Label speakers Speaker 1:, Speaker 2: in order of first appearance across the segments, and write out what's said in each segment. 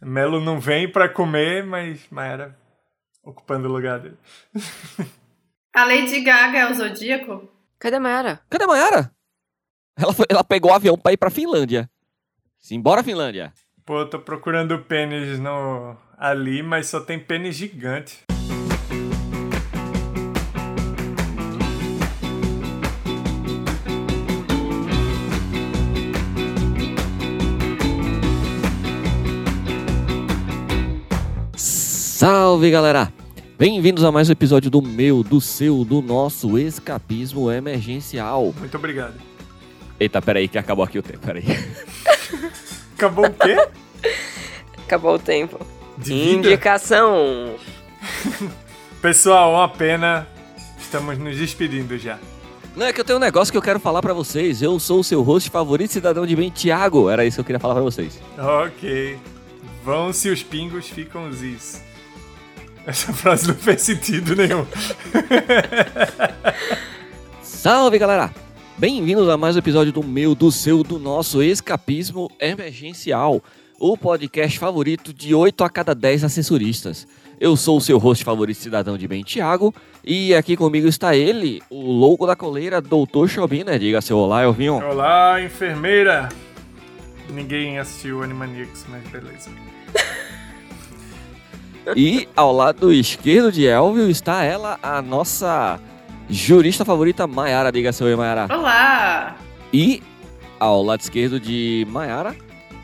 Speaker 1: Melo não vem pra comer, mas Maera ocupando o lugar dele.
Speaker 2: A Lady Gaga é o Zodíaco?
Speaker 3: Cadê a Mayara?
Speaker 4: Cadê a Mayara? Ela, foi- ela pegou o avião pra ir pra Finlândia. Simbora, Finlândia.
Speaker 1: Pô, eu tô procurando o pênis no... ali, mas só tem pênis gigante.
Speaker 4: Salve, galera! Bem-vindos a mais um episódio do meu, do seu, do nosso Escapismo Emergencial.
Speaker 1: Muito obrigado.
Speaker 4: Eita, peraí, que acabou aqui o tempo, peraí.
Speaker 1: Acabou o quê?
Speaker 3: Acabou o tempo.
Speaker 1: De vida?
Speaker 3: Indicação.
Speaker 1: Pessoal, uma pena. Estamos nos despedindo já.
Speaker 4: Não, é que eu tenho um negócio que eu quero falar pra vocês. Eu sou o seu host favorito, cidadão de bem, Thiago. Era isso que eu queria falar pra vocês.
Speaker 1: Ok. Vão-se os pingos, ficam os is. Essa frase não fez sentido nenhum.
Speaker 4: Salve, galera! Bem-vindos a mais um episódio do meu, do seu, do nosso Escapismo Emergencial, o podcast favorito de 8 a cada 10 assessoristas. Eu sou o seu host favorito, cidadão de bem, Thiago, e aqui comigo está ele, o louco da coleira, Doutor Chobina. Diga seu olá, Elvinho.
Speaker 1: Olá, enfermeira! Ninguém assistiu Animaniacs, mas beleza.
Speaker 4: E ao lado esquerdo de Elvio está ela, a nossa jurista favorita, Maiara. Diga seu oi, Maiara.
Speaker 2: Olá!
Speaker 4: E ao lado esquerdo de Mayara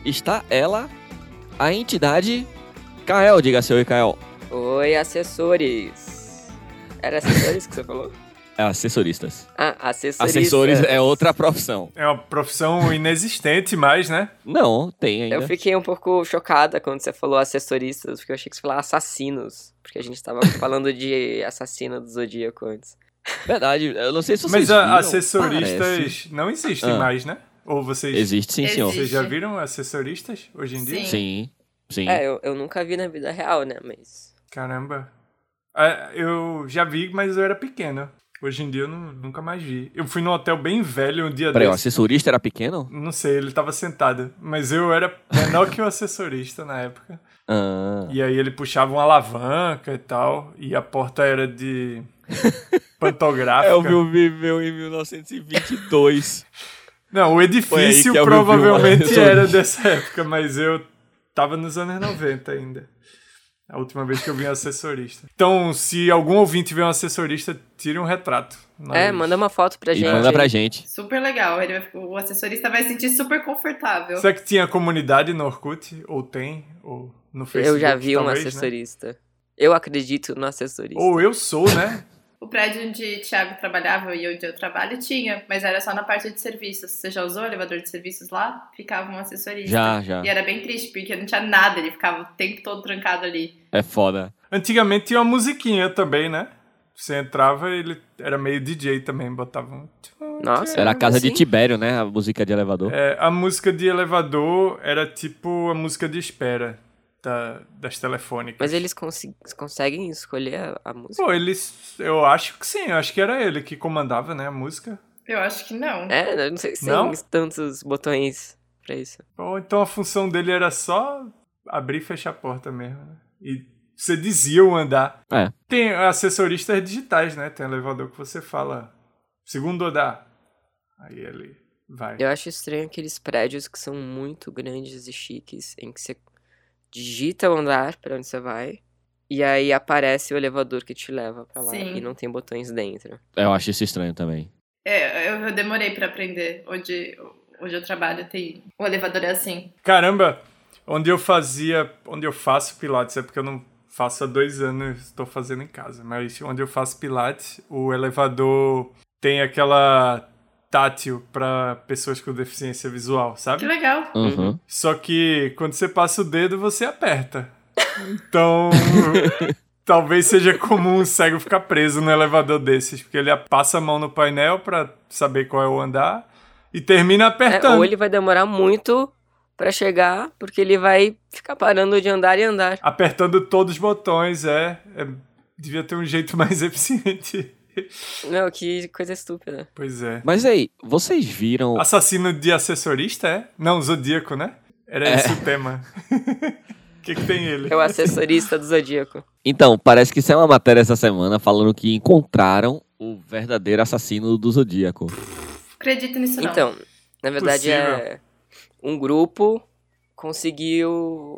Speaker 4: está ela, a entidade Kael, diga seu oi, Kael.
Speaker 3: Oi, assessores. Era assessores que você falou?
Speaker 4: É assessoristas.
Speaker 3: Ah, assessores.
Speaker 4: Assessores é outra profissão.
Speaker 1: É uma profissão inexistente mais, né?
Speaker 4: Não, tem ainda.
Speaker 3: Eu fiquei um pouco chocada quando você falou assessoristas, porque eu achei que você falava assassinos. Porque a gente tava falando de assassino do Zodíaco antes.
Speaker 4: Verdade, eu não sei se vocês
Speaker 1: Mas a,
Speaker 4: viram,
Speaker 1: assessoristas
Speaker 4: parece.
Speaker 1: não existem
Speaker 4: Ah.
Speaker 1: mais, né? Ou vocês,
Speaker 4: Existe sim, senhor.
Speaker 1: vocês
Speaker 2: Existe.
Speaker 1: já viram assessoristas hoje em dia?
Speaker 2: Sim.
Speaker 4: Sim, sim.
Speaker 3: É, eu, eu nunca vi na vida real, né? Mas.
Speaker 1: Caramba. Ah, Eu já vi, mas eu era pequeno. Hoje em dia eu nu- nunca mais vi. Eu fui num hotel bem velho um dia
Speaker 4: Peraí, o
Speaker 1: desse.
Speaker 4: assessorista era pequeno?
Speaker 1: Não sei, ele tava sentado. Mas eu era menor que o assessorista na época.
Speaker 4: Ah,
Speaker 1: E aí ele puxava uma alavanca e tal. E a porta era de
Speaker 4: É,
Speaker 1: pantográfica.
Speaker 4: viveu em 1922.
Speaker 1: Não, o
Speaker 4: Foi aí que
Speaker 1: edifício
Speaker 4: eu vi o
Speaker 1: provavelmente
Speaker 4: assessorista.
Speaker 1: era dessa época, mas eu tava nos anos 90 ainda. A última vez que eu vi um assessorista. Então, se algum ouvinte vê um assessorista, tire um retrato. Nós-
Speaker 3: É, manda uma foto pra
Speaker 4: e
Speaker 3: gente.
Speaker 4: manda pra gente.
Speaker 2: Super legal. Ele vai- o assessorista vai se sentir super confortável.
Speaker 1: Será que tinha comunidade no Orkut? Ou tem? Ou no Facebook?
Speaker 3: Eu já vi um
Speaker 1: talvez, né?
Speaker 3: assessorista. Eu acredito no assessorista.
Speaker 1: Ou eu sou, né?
Speaker 2: O prédio onde o Thiago trabalhava e onde eu trabalho tinha, mas era só na parte de serviços. Você já usou o elevador de serviços lá? Ficava um assessorista.
Speaker 4: Já, já.
Speaker 2: E era bem triste, porque não tinha nada, ele ficava o tempo todo trancado ali.
Speaker 4: É foda.
Speaker 1: Antigamente tinha uma musiquinha também, né? Você entrava ele era meio DJ também, botava um...
Speaker 3: Nossa,
Speaker 4: Era a casa de
Speaker 3: Sim.
Speaker 4: Tibério, né? A música de elevador.
Speaker 1: É, a música de elevador era tipo a música de espera da- das telefônicas.
Speaker 3: Mas eles consi- conseguem escolher a, a música?
Speaker 1: Pô, eles... Eu acho que sim, eu acho que era ele que comandava, né, a música.
Speaker 2: Eu acho que não.
Speaker 3: É, eu não sei se
Speaker 1: Não?
Speaker 3: tem tantos botões pra isso.
Speaker 1: Ou então a função dele era só abrir e fechar a porta mesmo, né? E você dizia o andar.
Speaker 4: É.
Speaker 1: Tem assessoristas digitais, né? Tem elevador que você fala segundo andar. Aí ele vai.
Speaker 3: Eu acho estranho aqueles prédios que são muito grandes e chiques, em que você digita o andar pra onde você vai, e aí aparece o elevador que te leva pra lá,
Speaker 2: Sim.
Speaker 3: e não tem botões dentro.
Speaker 4: Eu acho isso estranho também.
Speaker 2: É, eu, eu demorei pra aprender. Onde, onde eu trabalho tem. O elevador é assim.
Speaker 1: Caramba, onde eu fazia, onde eu faço pilates, é porque eu não faço há dois anos, estou fazendo em casa, mas onde eu faço pilates, o elevador tem aquela tátil para pessoas com deficiência visual,
Speaker 2: Que
Speaker 1: sabe?
Speaker 2: legal.
Speaker 4: Uhum.
Speaker 1: Só que quando você passa o dedo, você aperta. Então, talvez seja comum um cego ficar preso no elevador desses, porque ele passa a mão no painel para saber qual é o andar e termina
Speaker 3: É,
Speaker 1: apertando.
Speaker 3: ou ele vai demorar muito pra chegar, porque ele vai ficar parando de andar e andar.
Speaker 1: apertando todos os botões, é, é- Devia ter um jeito mais eficiente.
Speaker 3: Não, que coisa estúpida.
Speaker 1: Pois é.
Speaker 4: Mas aí, vocês viram.
Speaker 1: Assassino de assessorista, é? Não, zodíaco, né? Era
Speaker 4: É.
Speaker 1: esse o tema. que, que tem ele?
Speaker 3: É o assessorista do Zodíaco.
Speaker 4: Então, parece que isso é uma matéria essa semana falando que encontraram o verdadeiro assassino do Zodíaco.
Speaker 2: Acredito nisso não.
Speaker 3: Então, na verdade é um grupo conseguiu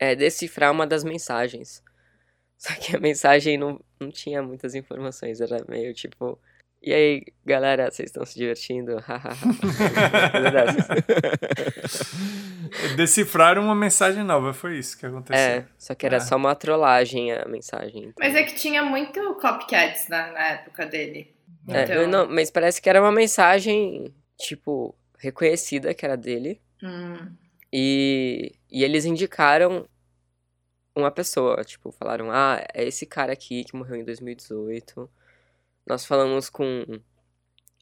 Speaker 3: é, decifrar uma das mensagens. Só que a mensagem não, não tinha muitas informações, era meio tipo. E aí, galera, vocês estão se divertindo? Coisa dessas.
Speaker 1: Decifraram É uma mensagem nova, foi isso que aconteceu.
Speaker 3: é, só que era
Speaker 1: É.
Speaker 3: só uma trollagem a mensagem. então.
Speaker 2: Mas é que tinha muito copycats na, na época dele.
Speaker 3: É,
Speaker 2: Então-
Speaker 3: eu não- mas parece que era uma mensagem, tipo, reconhecida que era dele.
Speaker 2: Hum,
Speaker 3: E, e eles indicaram uma pessoa, tipo, falaram, ah, é esse cara aqui que morreu em 2018. Nós falamos com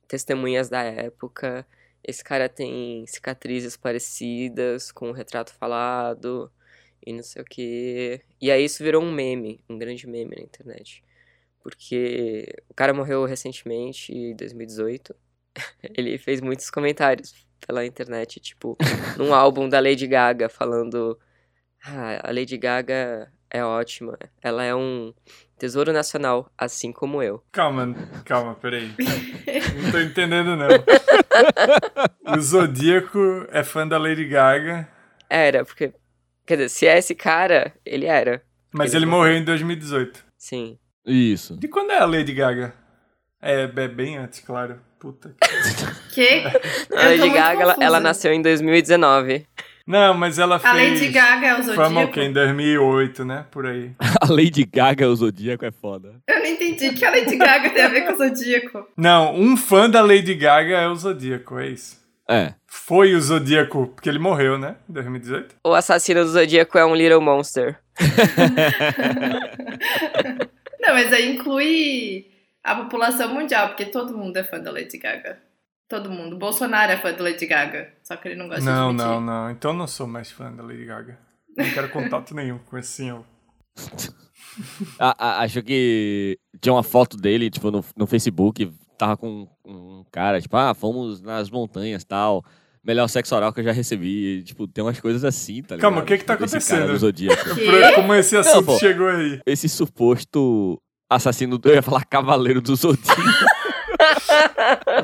Speaker 3: testemunhas da época. Esse cara tem cicatrizes parecidas com o retrato falado e não sei o quê. E aí isso virou um meme, um grande meme na internet. Porque o cara morreu recentemente, em 2018. Ele fez muitos comentários pela internet, tipo, num álbum da Lady Gaga falando: "Ah, a Lady Gaga é ótima, ela é um tesouro nacional, assim como eu.
Speaker 1: Calma, calma, peraí. Não tô entendendo, não. O Zodíaco é fã da Lady Gaga,
Speaker 3: Era, porque. Quer dizer, se é esse cara, ele era.
Speaker 1: mas
Speaker 3: Ele é
Speaker 1: ele
Speaker 3: morreu.
Speaker 1: morreu em 2018.
Speaker 3: Sim.
Speaker 4: Isso.
Speaker 1: De quando é a Lady Gaga? É, é bem antes, claro. Puta. que-
Speaker 2: Que? Eu
Speaker 3: A
Speaker 2: tô
Speaker 3: Lady
Speaker 2: muito
Speaker 3: Gaga, ela, ela
Speaker 2: confusa.
Speaker 3: nasceu em 2019.
Speaker 1: Não, mas ela fez.
Speaker 2: A Lady Gaga é o
Speaker 1: Fama o
Speaker 2: Zodíaco?
Speaker 1: quê? Em 2008, né? Por aí.
Speaker 4: A Lady Gaga, o Zodíaco, é foda.
Speaker 2: Eu não entendi. O que a Lady Gaga tem a ver com o Zodíaco?
Speaker 1: Não, um fã da Lady Gaga é o Zodíaco, é isso.
Speaker 4: É.
Speaker 1: Foi o Zodíaco, porque ele morreu, né? Em 2018.
Speaker 3: O assassino do Zodíaco é um Little Monster.
Speaker 2: Não, mas aí inclui a população mundial, porque todo mundo é fã da Lady Gaga. Todo mundo. Bolsonaro é fã da Lady Gaga. Só que ele não gosta
Speaker 1: Não,
Speaker 2: de
Speaker 1: não,
Speaker 2: admitir.
Speaker 1: não. Então eu não sou mais fã da Lady Gaga. Não quero contato nenhum com esse senhor.
Speaker 4: A- a- acho que tinha uma foto dele, tipo, no, no Facebook, tava com um cara, tipo, ah, fomos nas montanhas tal. Melhor sexo oral que eu já recebi. E, tipo, tem umas coisas assim, tá ligado?
Speaker 1: Calma, o que que tá
Speaker 4: Tipo, Esse cara
Speaker 1: acontecendo?
Speaker 4: do Zodíaco.
Speaker 1: Pra- Como esse assunto
Speaker 4: pô.
Speaker 1: chegou aí?
Speaker 4: Esse suposto assassino, eu ia falar cavaleiro do Zodíaco.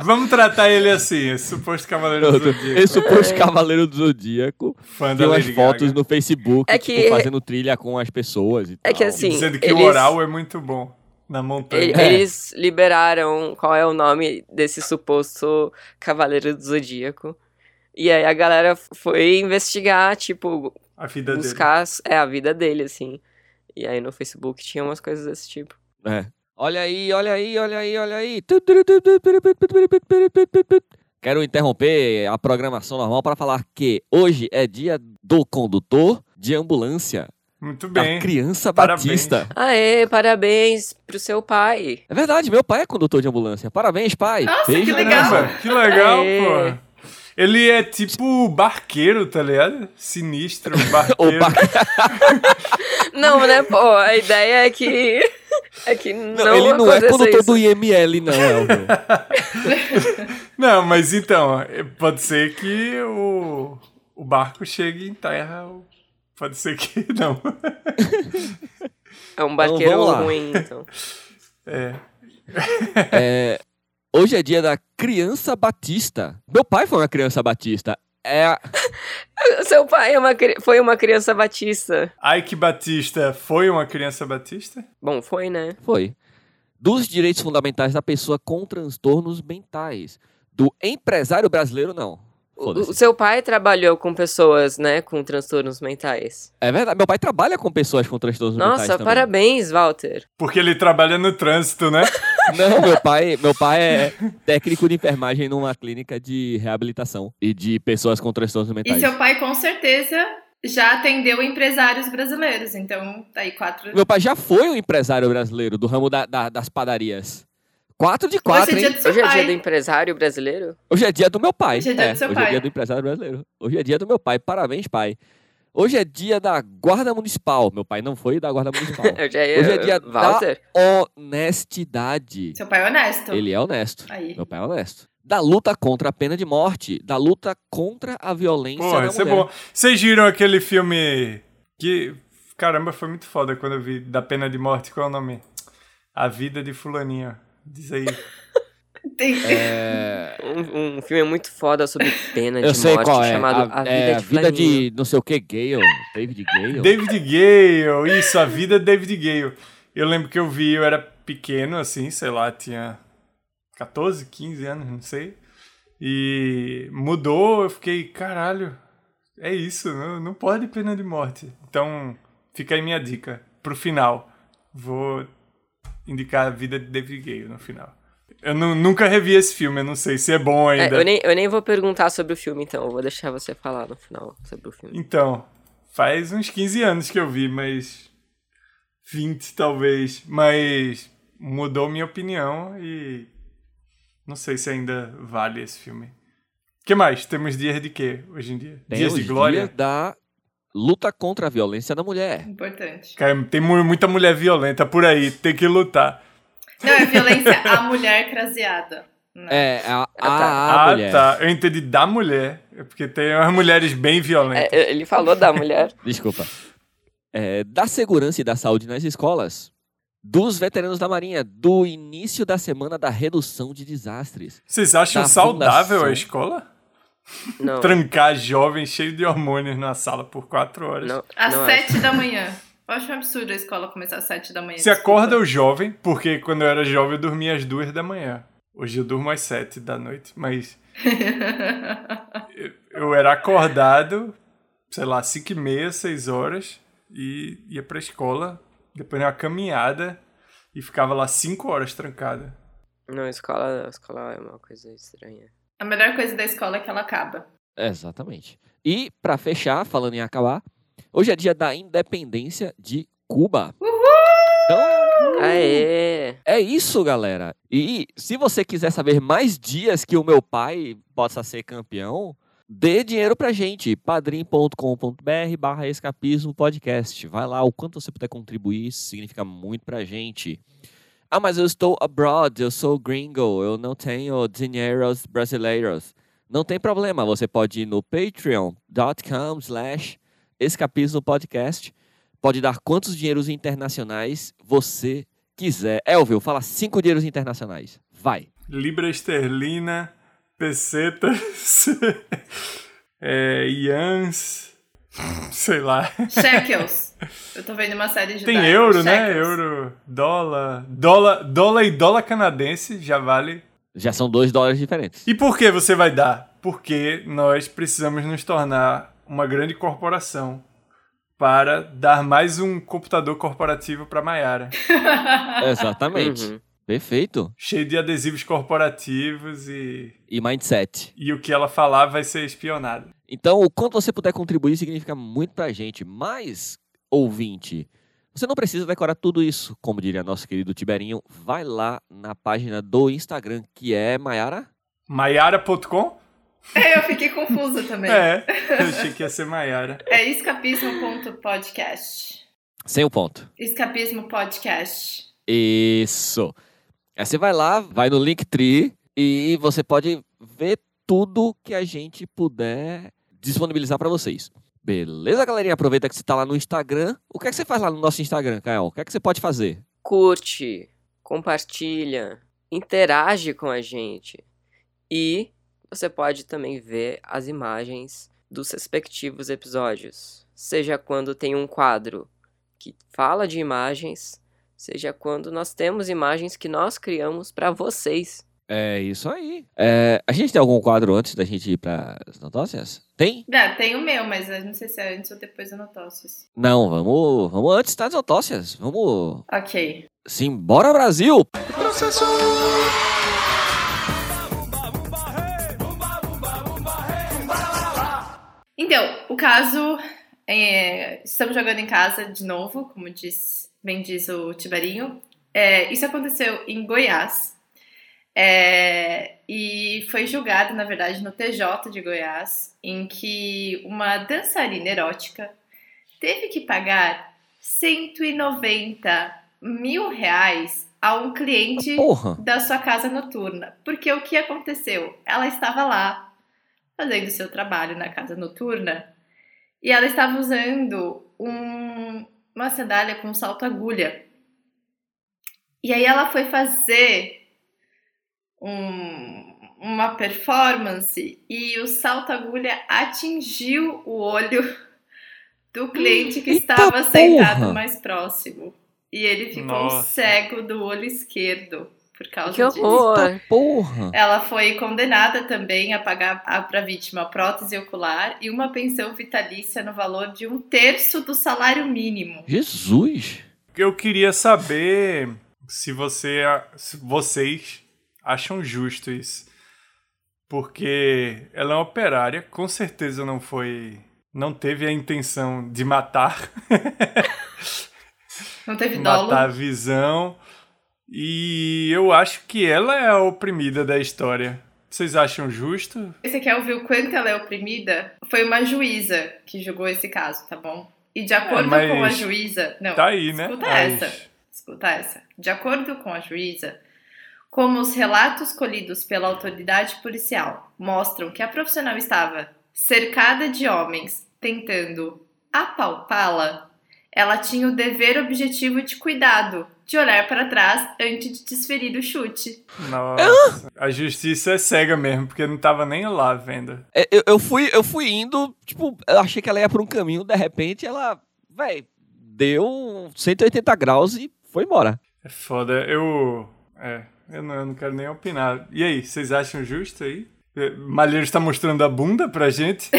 Speaker 1: Vamos tratar ele assim, esse suposto cavaleiro do Zodíaco.
Speaker 4: Esse
Speaker 3: É.
Speaker 4: suposto cavaleiro do Zodíaco.
Speaker 1: Fã da
Speaker 4: Tem umas
Speaker 1: Lady
Speaker 4: fotos
Speaker 1: Gaga.
Speaker 4: no Facebook,
Speaker 3: É
Speaker 4: tipo,
Speaker 3: que-
Speaker 4: fazendo trilha com as pessoas e
Speaker 3: É
Speaker 4: tal.
Speaker 3: que assim- Sim,
Speaker 1: Dizendo que o
Speaker 3: eles-
Speaker 1: oral é muito bom na montanha.
Speaker 3: E-
Speaker 4: É.
Speaker 3: Eles liberaram qual é o nome desse suposto Cavaleiro do Zodíaco. E aí a galera foi investigar, tipo,
Speaker 1: A vida dele.
Speaker 3: buscar as- é, a vida dele, assim. E aí no Facebook tinha umas coisas desse tipo.
Speaker 4: É. Olha aí, olha aí, olha aí, olha aí. Quero interromper a programação normal para falar que hoje é dia do condutor de ambulância
Speaker 1: Muito
Speaker 4: da
Speaker 1: bem.
Speaker 4: criança
Speaker 1: Parabéns.
Speaker 4: Batista.
Speaker 3: Aê, parabéns pro seu pai.
Speaker 4: É verdade, meu pai é condutor de ambulância. Parabéns, pai.
Speaker 2: Nossa, que
Speaker 4: Beijo.
Speaker 2: legal.
Speaker 1: Caramba, que legal,
Speaker 3: Aê.
Speaker 1: pô. Ele é tipo barqueiro, tá ligado? Sinistro,
Speaker 4: O
Speaker 1: barqueiro.
Speaker 4: bar...
Speaker 3: Não, né, pô, a ideia é que. É que não,
Speaker 4: não, ele não é
Speaker 3: aconteça
Speaker 4: condutor
Speaker 3: isso.
Speaker 4: do IML, não, é Elvio.
Speaker 1: Não, mas então, eh, pode ser que o, o barco chegue em terra. ou Pode ser que não.
Speaker 3: É um barqueiro
Speaker 4: Então, vamos lá.
Speaker 3: ruim, então.
Speaker 1: É.
Speaker 4: É, hoje é dia da criança Batista. Meu pai foi uma criança Batista. É a-
Speaker 3: Seu pai é uma, cri- foi uma criança batista.
Speaker 1: Ike Batista foi uma criança batista?
Speaker 3: Bom, foi, né?
Speaker 4: Foi. Dos direitos fundamentais da pessoa com transtornos mentais. Do empresário brasileiro, não.
Speaker 3: O,
Speaker 4: Foda-se.
Speaker 3: o seu pai trabalhou com pessoas, né, com transtornos mentais.
Speaker 4: É verdade, meu pai trabalha com pessoas com transtornos
Speaker 3: Nossa,
Speaker 4: mentais também.
Speaker 3: parabéns, Walter.
Speaker 1: Porque ele trabalha no trânsito, né?
Speaker 4: Não, meu pai, meu pai é técnico de enfermagem numa clínica de reabilitação e de pessoas com transtornos
Speaker 2: E
Speaker 4: mentais.
Speaker 2: seu pai, com certeza, já atendeu empresários brasileiros. Então, tá aí quatro...
Speaker 4: Meu pai já foi um empresário brasileiro do ramo da- da- das padarias. Quatro de quatro,
Speaker 2: Hoje é
Speaker 4: hein?
Speaker 2: dia do seu
Speaker 3: Hoje é dia
Speaker 2: pai.
Speaker 3: do empresário brasileiro?
Speaker 4: Hoje é dia do meu pai.
Speaker 2: Hoje é dia do seu
Speaker 4: hoje é
Speaker 2: pai.
Speaker 4: dia do empresário brasileiro. Hoje é dia do meu pai. Parabéns, pai. Hoje é dia da Guarda Municipal. Meu pai não foi da Guarda Municipal.
Speaker 3: Eu já ia...
Speaker 4: Hoje é dia da-
Speaker 3: Walter?
Speaker 4: Honestidade.
Speaker 2: Seu pai é
Speaker 3: Então.
Speaker 2: honesto.
Speaker 4: Ele é honesto.
Speaker 2: Aí.
Speaker 4: Meu pai é honesto. Da luta contra a pena de morte. Da luta contra a violência
Speaker 1: Porra,
Speaker 4: da
Speaker 1: isso é
Speaker 4: mulher.
Speaker 1: bom. Vocês viram aquele filme Que, caramba, foi muito foda quando eu vi da pena de morte, qual é o nome? A vida de fulaninha. Diz aí.
Speaker 2: Tem...
Speaker 4: É,
Speaker 3: Um, um filme muito foda sobre pena de
Speaker 4: eu sei
Speaker 3: morte
Speaker 4: qual é.
Speaker 3: chamado A, Vida
Speaker 4: é,
Speaker 3: de
Speaker 4: vida
Speaker 3: Fulaninho.
Speaker 4: de não sei o que, Gale. David Gale.
Speaker 1: David Gale, isso, a vida de David Gale. Eu lembro que eu vi, eu era pequeno, assim, sei lá, tinha 14, 15 anos, não sei. E mudou, eu fiquei, caralho, é isso, não, não pode pena de morte. Então, fica aí minha dica. Pro final, vou indicar a vida de David Gale no final. Eu nu- nunca revi esse filme, eu não sei se é bom
Speaker 3: É,
Speaker 1: ainda.
Speaker 3: eu, nem, eu nem vou perguntar sobre o filme, então. Eu vou deixar você falar no final sobre o filme.
Speaker 1: Então, faz uns 15 anos que eu vi, mas. 20 talvez. Mas mudou minha opinião e. Não sei se ainda vale esse filme. que mais? Temos dias de quê hoje em dia?
Speaker 4: Tem
Speaker 1: dias
Speaker 4: os
Speaker 1: de glória?
Speaker 4: dias da luta contra a violência da mulher.
Speaker 2: Importante.
Speaker 1: Cara, tem mu- muita mulher violenta por aí, tem que lutar.
Speaker 2: Não, é violência à mulher craseada. Não.
Speaker 4: É, a, a,
Speaker 3: tá.
Speaker 4: a
Speaker 1: ah,
Speaker 4: mulher.
Speaker 1: tá. Eu entendi da mulher. é Porque tem umas mulheres bem violentas.
Speaker 3: É, eu- ele falou da mulher.
Speaker 4: Desculpa. É, da segurança e da saúde nas escolas. Dos veteranos da Marinha, do início da semana da redução de desastres.
Speaker 1: Vocês acham
Speaker 4: da
Speaker 1: saudável
Speaker 4: fundação.
Speaker 1: a escola?
Speaker 3: Não.
Speaker 1: Trancar jovens cheios de hormônios na sala por quatro horas.
Speaker 3: Não,
Speaker 2: Às
Speaker 3: não é.
Speaker 2: sete da manhã. Eu acho um absurdo a escola começar às sete da manhã.
Speaker 1: Se
Speaker 2: desculpa.
Speaker 1: acorda o jovem, porque quando eu era jovem eu dormia às duas da manhã. Hoje eu durmo às sete da noite, mas eu- eu era acordado, sei lá, cinco e meia, seis horas, e ia pra escola, depois uma caminhada, e ficava lá cinco horas trancada.
Speaker 3: Não, escola, escola é uma coisa estranha.
Speaker 2: A melhor coisa da escola é que ela acaba.
Speaker 4: Exatamente. E, pra fechar, falando em acabar, hoje é dia da independência de Cuba. Então,
Speaker 3: Aê!
Speaker 4: é isso, galera. E se você quiser saber mais dias que o meu pai possa ser campeão, dê dinheiro pra gente. padrim.com.br barra escapismo podcast. Vai lá, o quanto você puder contribuir, isso significa muito pra gente. Ah, mas eu estou abroad, eu sou gringo, eu não tenho dinheiros brasileiros. Não tem problema, você pode ir no patreon.com slash escapismo podcast. Pode dar quantos dinheiros internacionais você quiser. Elvio, fala cinco dinheiros internacionais. Vai.
Speaker 1: Libra esterlina, pesetas, é, yans, sei lá.
Speaker 2: Shekels. Eu tô vendo uma série de
Speaker 1: Tem
Speaker 2: dados.
Speaker 1: euro, né?
Speaker 2: Shekels.
Speaker 1: Euro, dólar, dólar, dólar e dólar canadense já vale.
Speaker 4: Já são dois dólares diferentes.
Speaker 1: E por que você vai dar? Porque nós precisamos nos tornar uma grande corporação para dar mais um computador corporativo para Maiara,
Speaker 4: Exatamente.
Speaker 3: Uhum.
Speaker 4: Perfeito.
Speaker 1: cheio de adesivos corporativos e
Speaker 4: E mindset.
Speaker 1: e o que ela falar vai ser espionado.
Speaker 4: Então, o quanto você puder contribuir significa muito pra gente. Mas, ouvinte, você não precisa decorar tudo isso. Como diria nosso querido Tiberinho, vai lá na página do Instagram, que é Maiara.
Speaker 1: Maiara.com?
Speaker 2: É, eu fiquei confusa também. É,
Speaker 1: É, eu achei que ia ser Maiara.
Speaker 2: escapismo.podcast.
Speaker 4: Sem o ponto.
Speaker 2: Escapismo podcast.
Speaker 4: Isso. Aí você vai lá, vai no Linktree e você pode ver tudo que a gente puder disponibilizar pra vocês. Beleza, galerinha? Aproveita que você tá lá no Instagram. O que é que você faz lá no nosso Instagram, Caio? O que é que você pode fazer?
Speaker 3: Curte, compartilha, interage com a gente. E você pode também ver as imagens dos respectivos episódios. Seja quando tem um quadro que fala de imagens, seja quando nós temos imagens que nós criamos pra vocês.
Speaker 4: É isso aí. É, a gente tem algum quadro antes da gente ir para as notócias? Tem?
Speaker 2: Não, tem o meu, mas eu não sei se é antes ou depois do Notócios.
Speaker 4: Não, vamos, vamos antes das notócias. Vamos.
Speaker 2: Ok.
Speaker 4: Simbora, Brasil!
Speaker 2: Então, o caso é, estamos jogando em casa de novo, como diz, bem diz o Tibarinho. É, isso aconteceu em Goiás é, e foi julgado, na verdade, no TJ de Goiás, em que uma dançarina erótica teve que pagar 190 mil reais a um cliente
Speaker 4: Porra!
Speaker 2: da sua casa noturna. Porque o que aconteceu? Ela estava lá fazendo seu trabalho na casa noturna e ela estava usando um- uma sandália com salto agulha. E aí ela foi fazer um- uma performance e o salto agulha atingiu o olho do cliente que
Speaker 4: Eita
Speaker 2: estava sentado
Speaker 4: porra!
Speaker 2: mais próximo. E ele ficou um
Speaker 1: Nossa.
Speaker 2: cego do olho esquerdo por causa
Speaker 3: Que
Speaker 2: disso.
Speaker 3: horror!
Speaker 4: Porra!
Speaker 2: Ela foi condenada também a pagar para a vítima prótese ocular e uma pensão vitalícia no valor de um terço do salário mínimo.
Speaker 4: Jesus!
Speaker 1: Eu queria saber se você, se vocês acham justo isso. Porque ela é uma operária, com certeza não foi. Não teve a intenção de matar,
Speaker 2: Não teve dolo.
Speaker 1: matar a visão. E eu acho que ela é a oprimida da história. Vocês acham justo?
Speaker 2: Você quer ouvir o quanto ela é oprimida? Foi uma juíza que julgou esse caso, tá bom? E de acordo
Speaker 1: É, mas
Speaker 2: com a juíza. Não,
Speaker 1: Tá aí, né?
Speaker 2: escuta
Speaker 1: Mas-
Speaker 2: essa. Escuta essa. De acordo com a juíza, como os relatos colhidos pela autoridade policial mostram que a profissional estava cercada de homens tentando apalpá-la, ela tinha o dever objetivo de cuidado, de olhar para trás antes de desferir o chute.
Speaker 1: Nossa. A justiça é cega mesmo, porque não tava nem lá vendo.
Speaker 4: É, Eu, eu fui, eu fui indo, tipo, eu achei que ela ia por um caminho, de repente ela, véi, deu 180 graus e foi embora.
Speaker 1: É foda, eu. É, eu não, eu não quero nem opinar. E aí, vocês acham justo aí? É, Malheiro está mostrando a bunda pra gente?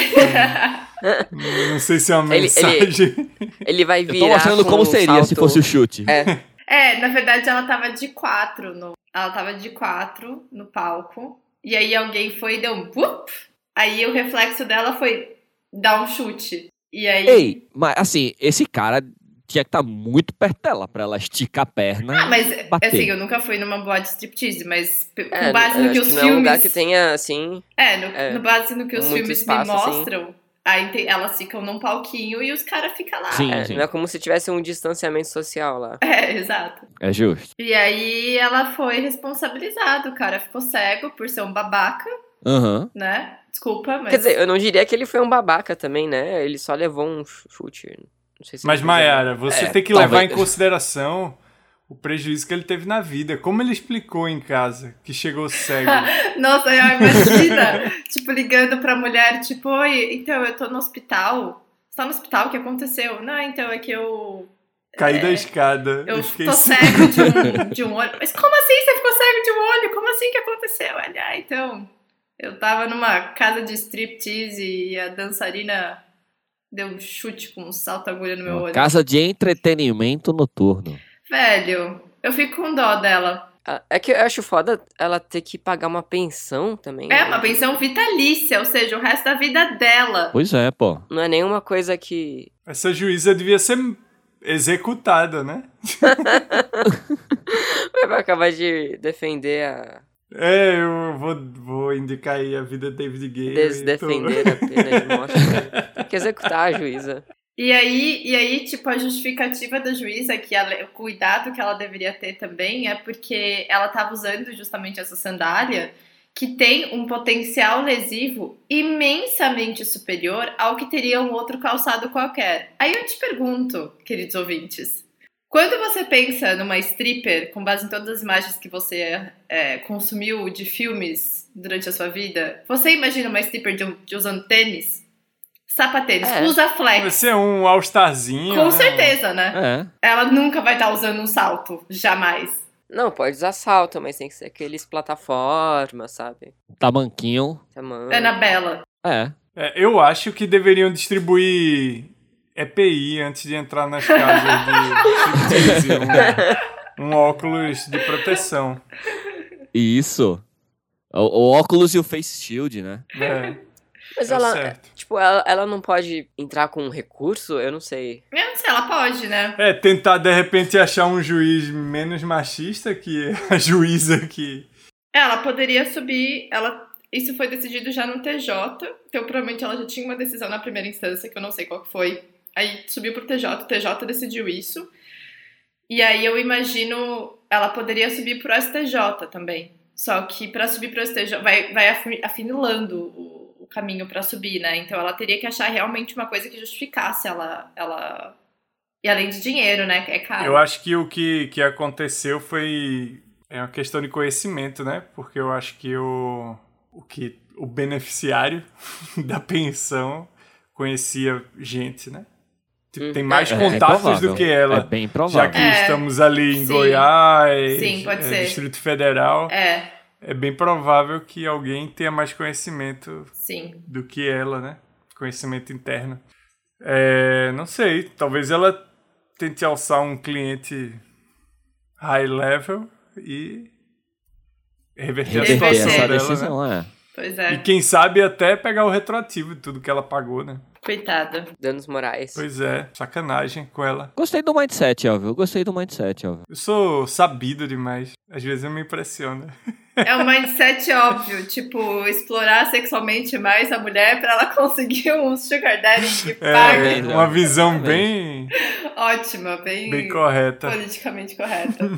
Speaker 1: não sei se é uma
Speaker 3: Ele-
Speaker 1: mensagem.
Speaker 3: Ele vai
Speaker 4: Eu tô
Speaker 3: virar.
Speaker 4: mostrando
Speaker 3: com
Speaker 4: como
Speaker 3: um
Speaker 4: seria
Speaker 3: salto-
Speaker 4: se fosse o chute.
Speaker 3: É.
Speaker 2: É, na verdade ela tava de quatro no. Ela tava de quatro no palco. E aí alguém foi e deu um bup. Aí o reflexo dela foi dar um chute. E aí.
Speaker 4: Ei, mas assim, esse cara tinha que estar muito perto dela pra ela esticar a perna.
Speaker 2: Ah, mas
Speaker 4: bater.
Speaker 2: assim, eu nunca fui numa boate de striptease, mas p- com
Speaker 3: É,
Speaker 2: base
Speaker 3: eu
Speaker 2: no que
Speaker 3: acho
Speaker 2: os
Speaker 3: que não é um lugar
Speaker 2: filmes.
Speaker 3: que tenha, assim.
Speaker 2: É, no,
Speaker 3: é,
Speaker 2: no base no que os
Speaker 3: muito
Speaker 2: filmes
Speaker 3: espaço,
Speaker 2: me
Speaker 3: assim.
Speaker 2: mostram, aí tem- elas ficam num palquinho e os caras ficam lá.
Speaker 4: Sim,
Speaker 3: é,
Speaker 4: sim.
Speaker 3: não é como se tivesse um distanciamento social lá.
Speaker 2: É, exato.
Speaker 4: É justo.
Speaker 2: E aí ela foi responsabilizada, o cara ficou cego por ser um babaca,
Speaker 4: Aham.
Speaker 2: né? Desculpa, mas.
Speaker 3: Quer dizer, eu não diria que ele foi um babaca também, né? Ele só levou um ch- chute. Não sei se
Speaker 1: Mas,
Speaker 3: ele-
Speaker 1: Mayara, você
Speaker 4: É,
Speaker 1: tem que
Speaker 4: talvez.
Speaker 1: levar em consideração o prejuízo que ele teve na vida. Como ele explicou em casa que chegou cego?
Speaker 2: Nossa, eu imagina, tipo, ligando pra mulher, tipo, oi, então eu tô no hospital. Você tá no hospital? O que aconteceu? Não, então é que eu.
Speaker 1: Caí da escada.
Speaker 2: Eu
Speaker 1: e fiquei assim.
Speaker 2: tô cego de um, de um olho. Mas como assim você ficou cego de um olho? Como assim que aconteceu? Ele, Ah, então. Eu tava numa casa de striptease e a dançarina deu um chute com um salto agulha no meu
Speaker 4: Uma
Speaker 2: olho.
Speaker 4: Casa de entretenimento noturno.
Speaker 2: Velho, eu fico com dó dela.
Speaker 3: Ah, É que eu acho foda ela ter que pagar uma pensão também.
Speaker 2: É
Speaker 3: né?
Speaker 2: uma pensão vitalícia, ou seja, o resto da vida dela.
Speaker 4: Pois é, pô.
Speaker 3: Não é nenhuma coisa que.
Speaker 1: Essa juíza devia ser executada, né?
Speaker 3: Vai acabar de defender a.
Speaker 1: É, eu vou, vou indicar aí a vida de David Gale. e tô-
Speaker 3: Desdefender a pena de morte. né? Tem que executar a juíza.
Speaker 2: E aí, e aí, tipo, a justificativa da juíza, que ela- o cuidado que ela deveria ter também é porque ela estava usando justamente essa sandália que tem um potencial lesivo imensamente superior ao que teria um outro calçado qualquer. Aí eu te pergunto, queridos ouvintes, quando você pensa numa stripper, com base em todas as imagens que você é, consumiu de filmes durante a sua vida, você imagina uma stripper de, um- de usando tênis? Sapatênis,
Speaker 3: É.
Speaker 2: usa flex.
Speaker 1: Vai ser um All-Starzinho.
Speaker 2: Com
Speaker 1: né?
Speaker 2: certeza, né?
Speaker 4: É.
Speaker 2: Ela nunca vai estar usando um salto, jamais.
Speaker 3: Não, pode usar salto, mas tem que ser aqueles plataformas, sabe? Tá
Speaker 4: Tamanquinho.
Speaker 3: Tamanho.
Speaker 2: Anabela.
Speaker 4: É.
Speaker 1: É, eu acho que deveriam distribuir EPI antes de entrar nas casas de striptease, um, um óculos de proteção.
Speaker 4: Isso. O, o óculos e o face shield, né?
Speaker 1: É,
Speaker 3: Mas
Speaker 1: é o
Speaker 3: ela,
Speaker 1: certo.
Speaker 3: Tipo, ela, ela não pode entrar com um recurso? Eu não sei.
Speaker 2: Eu não sei, ela pode, né?
Speaker 1: É, tentar de repente achar um juiz menos machista que a juíza que.
Speaker 2: Ela poderia subir, ela. Isso foi decidido já no TJ, então provavelmente ela já tinha uma decisão na primeira instância, que eu não sei qual que foi. Aí subiu pro TJ, o TJ decidiu isso. E aí eu imagino ela poderia subir pro STJ também. Só que pra subir pro STJ vai, vai afi- afunilando o, o caminho para subir, né? Então ela teria que achar realmente uma coisa que justificasse ela. ela... E além de dinheiro, né? É caro.
Speaker 1: Eu acho que o que, que aconteceu foi. É uma questão de conhecimento, né? Porque eu acho que o, o, que, o beneficiário da pensão conhecia gente, né? Tipo,
Speaker 2: Uhum.
Speaker 3: Hum.
Speaker 1: tem mais
Speaker 4: É, é
Speaker 1: contatos
Speaker 4: provável.
Speaker 1: do que ela.
Speaker 4: É bem
Speaker 1: Já
Speaker 4: provável.
Speaker 1: que
Speaker 2: É,
Speaker 1: estamos ali em
Speaker 2: sim.
Speaker 1: Goiás,
Speaker 2: Sim, pode
Speaker 1: eh,
Speaker 2: ser.
Speaker 1: Distrito Federal, é.
Speaker 2: É,
Speaker 1: bem provável que alguém tenha mais conhecimento
Speaker 2: sim.
Speaker 1: do que ela, né? Conhecimento interno. É, não sei, talvez ela tente alçar um cliente high level e reverter, a
Speaker 4: Reverter
Speaker 1: situação
Speaker 4: essa
Speaker 1: dela, né?
Speaker 4: decisão, é.
Speaker 2: Pois
Speaker 1: E
Speaker 2: é.
Speaker 1: quem sabe até pegar o retroativo de tudo que ela pagou, né?
Speaker 2: Coitada.
Speaker 3: Danos morais.
Speaker 1: Pois é, sacanagem com ela.
Speaker 4: Gostei do mindset, Elvio. Gostei do mindset, Elvio.
Speaker 1: Eu sou sabido demais, às vezes eu me impressiono.
Speaker 2: É um mindset óbvio, tipo, explorar sexualmente mais a mulher pra ela conseguir um sugar daddy que pague.
Speaker 1: É, uma visão bem,
Speaker 2: Ótima, bem,
Speaker 1: bem correta.
Speaker 2: politicamente correta.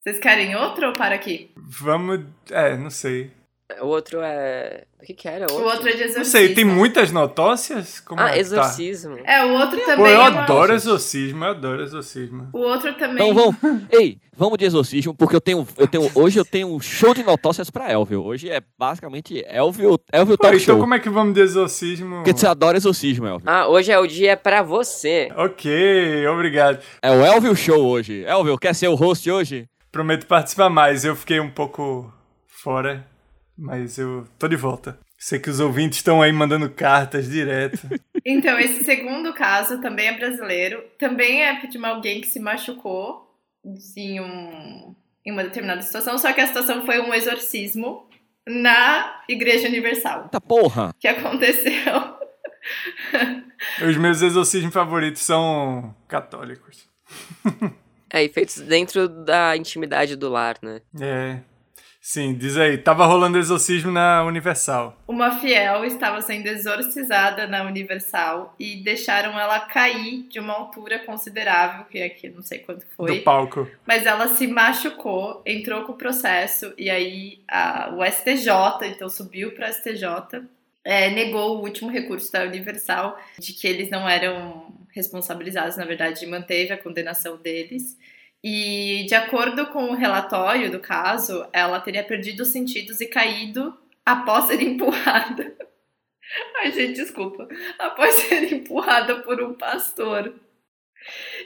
Speaker 2: Vocês querem outro ou para aqui?
Speaker 1: Vamos. É, não sei.
Speaker 3: O outro é. O que que era? O
Speaker 2: O
Speaker 3: outro?
Speaker 2: outro é de exorcismo.
Speaker 1: Não sei, tem muitas notócias? Como é que
Speaker 3: Ah,
Speaker 1: tá?
Speaker 3: exorcismo.
Speaker 2: É, o outro
Speaker 1: Pô,
Speaker 2: também.
Speaker 1: eu
Speaker 2: é uma-
Speaker 1: adoro exorcismo, eu adoro exorcismo.
Speaker 2: O outro também.
Speaker 4: Então vamos. Ei, vamos de exorcismo, porque eu tenho. Eu tenho hoje eu tenho um show de notócias pra Elvio. Hoje é basicamente Elvio, Elvio
Speaker 1: Pô,
Speaker 4: Talk
Speaker 1: então
Speaker 4: Tá Show.
Speaker 1: como é que vamos de exorcismo?
Speaker 4: Porque você adora exorcismo, Elvio.
Speaker 3: Ah, hoje é o dia pra você.
Speaker 1: Ok, obrigado.
Speaker 4: É o Elvio Show hoje. Elvio, quer ser o host hoje?
Speaker 1: Prometo participar mais. Eu fiquei um pouco fora, mas eu tô de volta. Sei que os ouvintes estão aí mandando cartas direto.
Speaker 2: Então, esse segundo caso também é brasileiro. Também é de uma- alguém que se machucou em, um- em uma determinada situação, só que a situação foi um exorcismo na Igreja Universal,
Speaker 4: Eita porra!
Speaker 2: que aconteceu.
Speaker 1: Os meus exorcismos favoritos são católicos.
Speaker 3: É, e feitos dentro da intimidade do lar, né?
Speaker 1: É. Sim, diz aí. Tava rolando exorcismo na Universal.
Speaker 2: Uma fiel estava sendo exorcizada na Universal e deixaram ela cair de uma altura considerável, que aqui não sei quanto foi.
Speaker 1: Do palco.
Speaker 2: Mas ela se machucou, entrou com o processo e aí a- o STJ, então subiu para o STJ, é, negou o último recurso da Universal de que eles não eram responsabilizados, na verdade, e manteve a condenação deles. E de acordo com o relatório do caso, ela teria perdido os sentidos e caído após ser empurrada. Ai, gente, desculpa. Após ser empurrada por um pastor.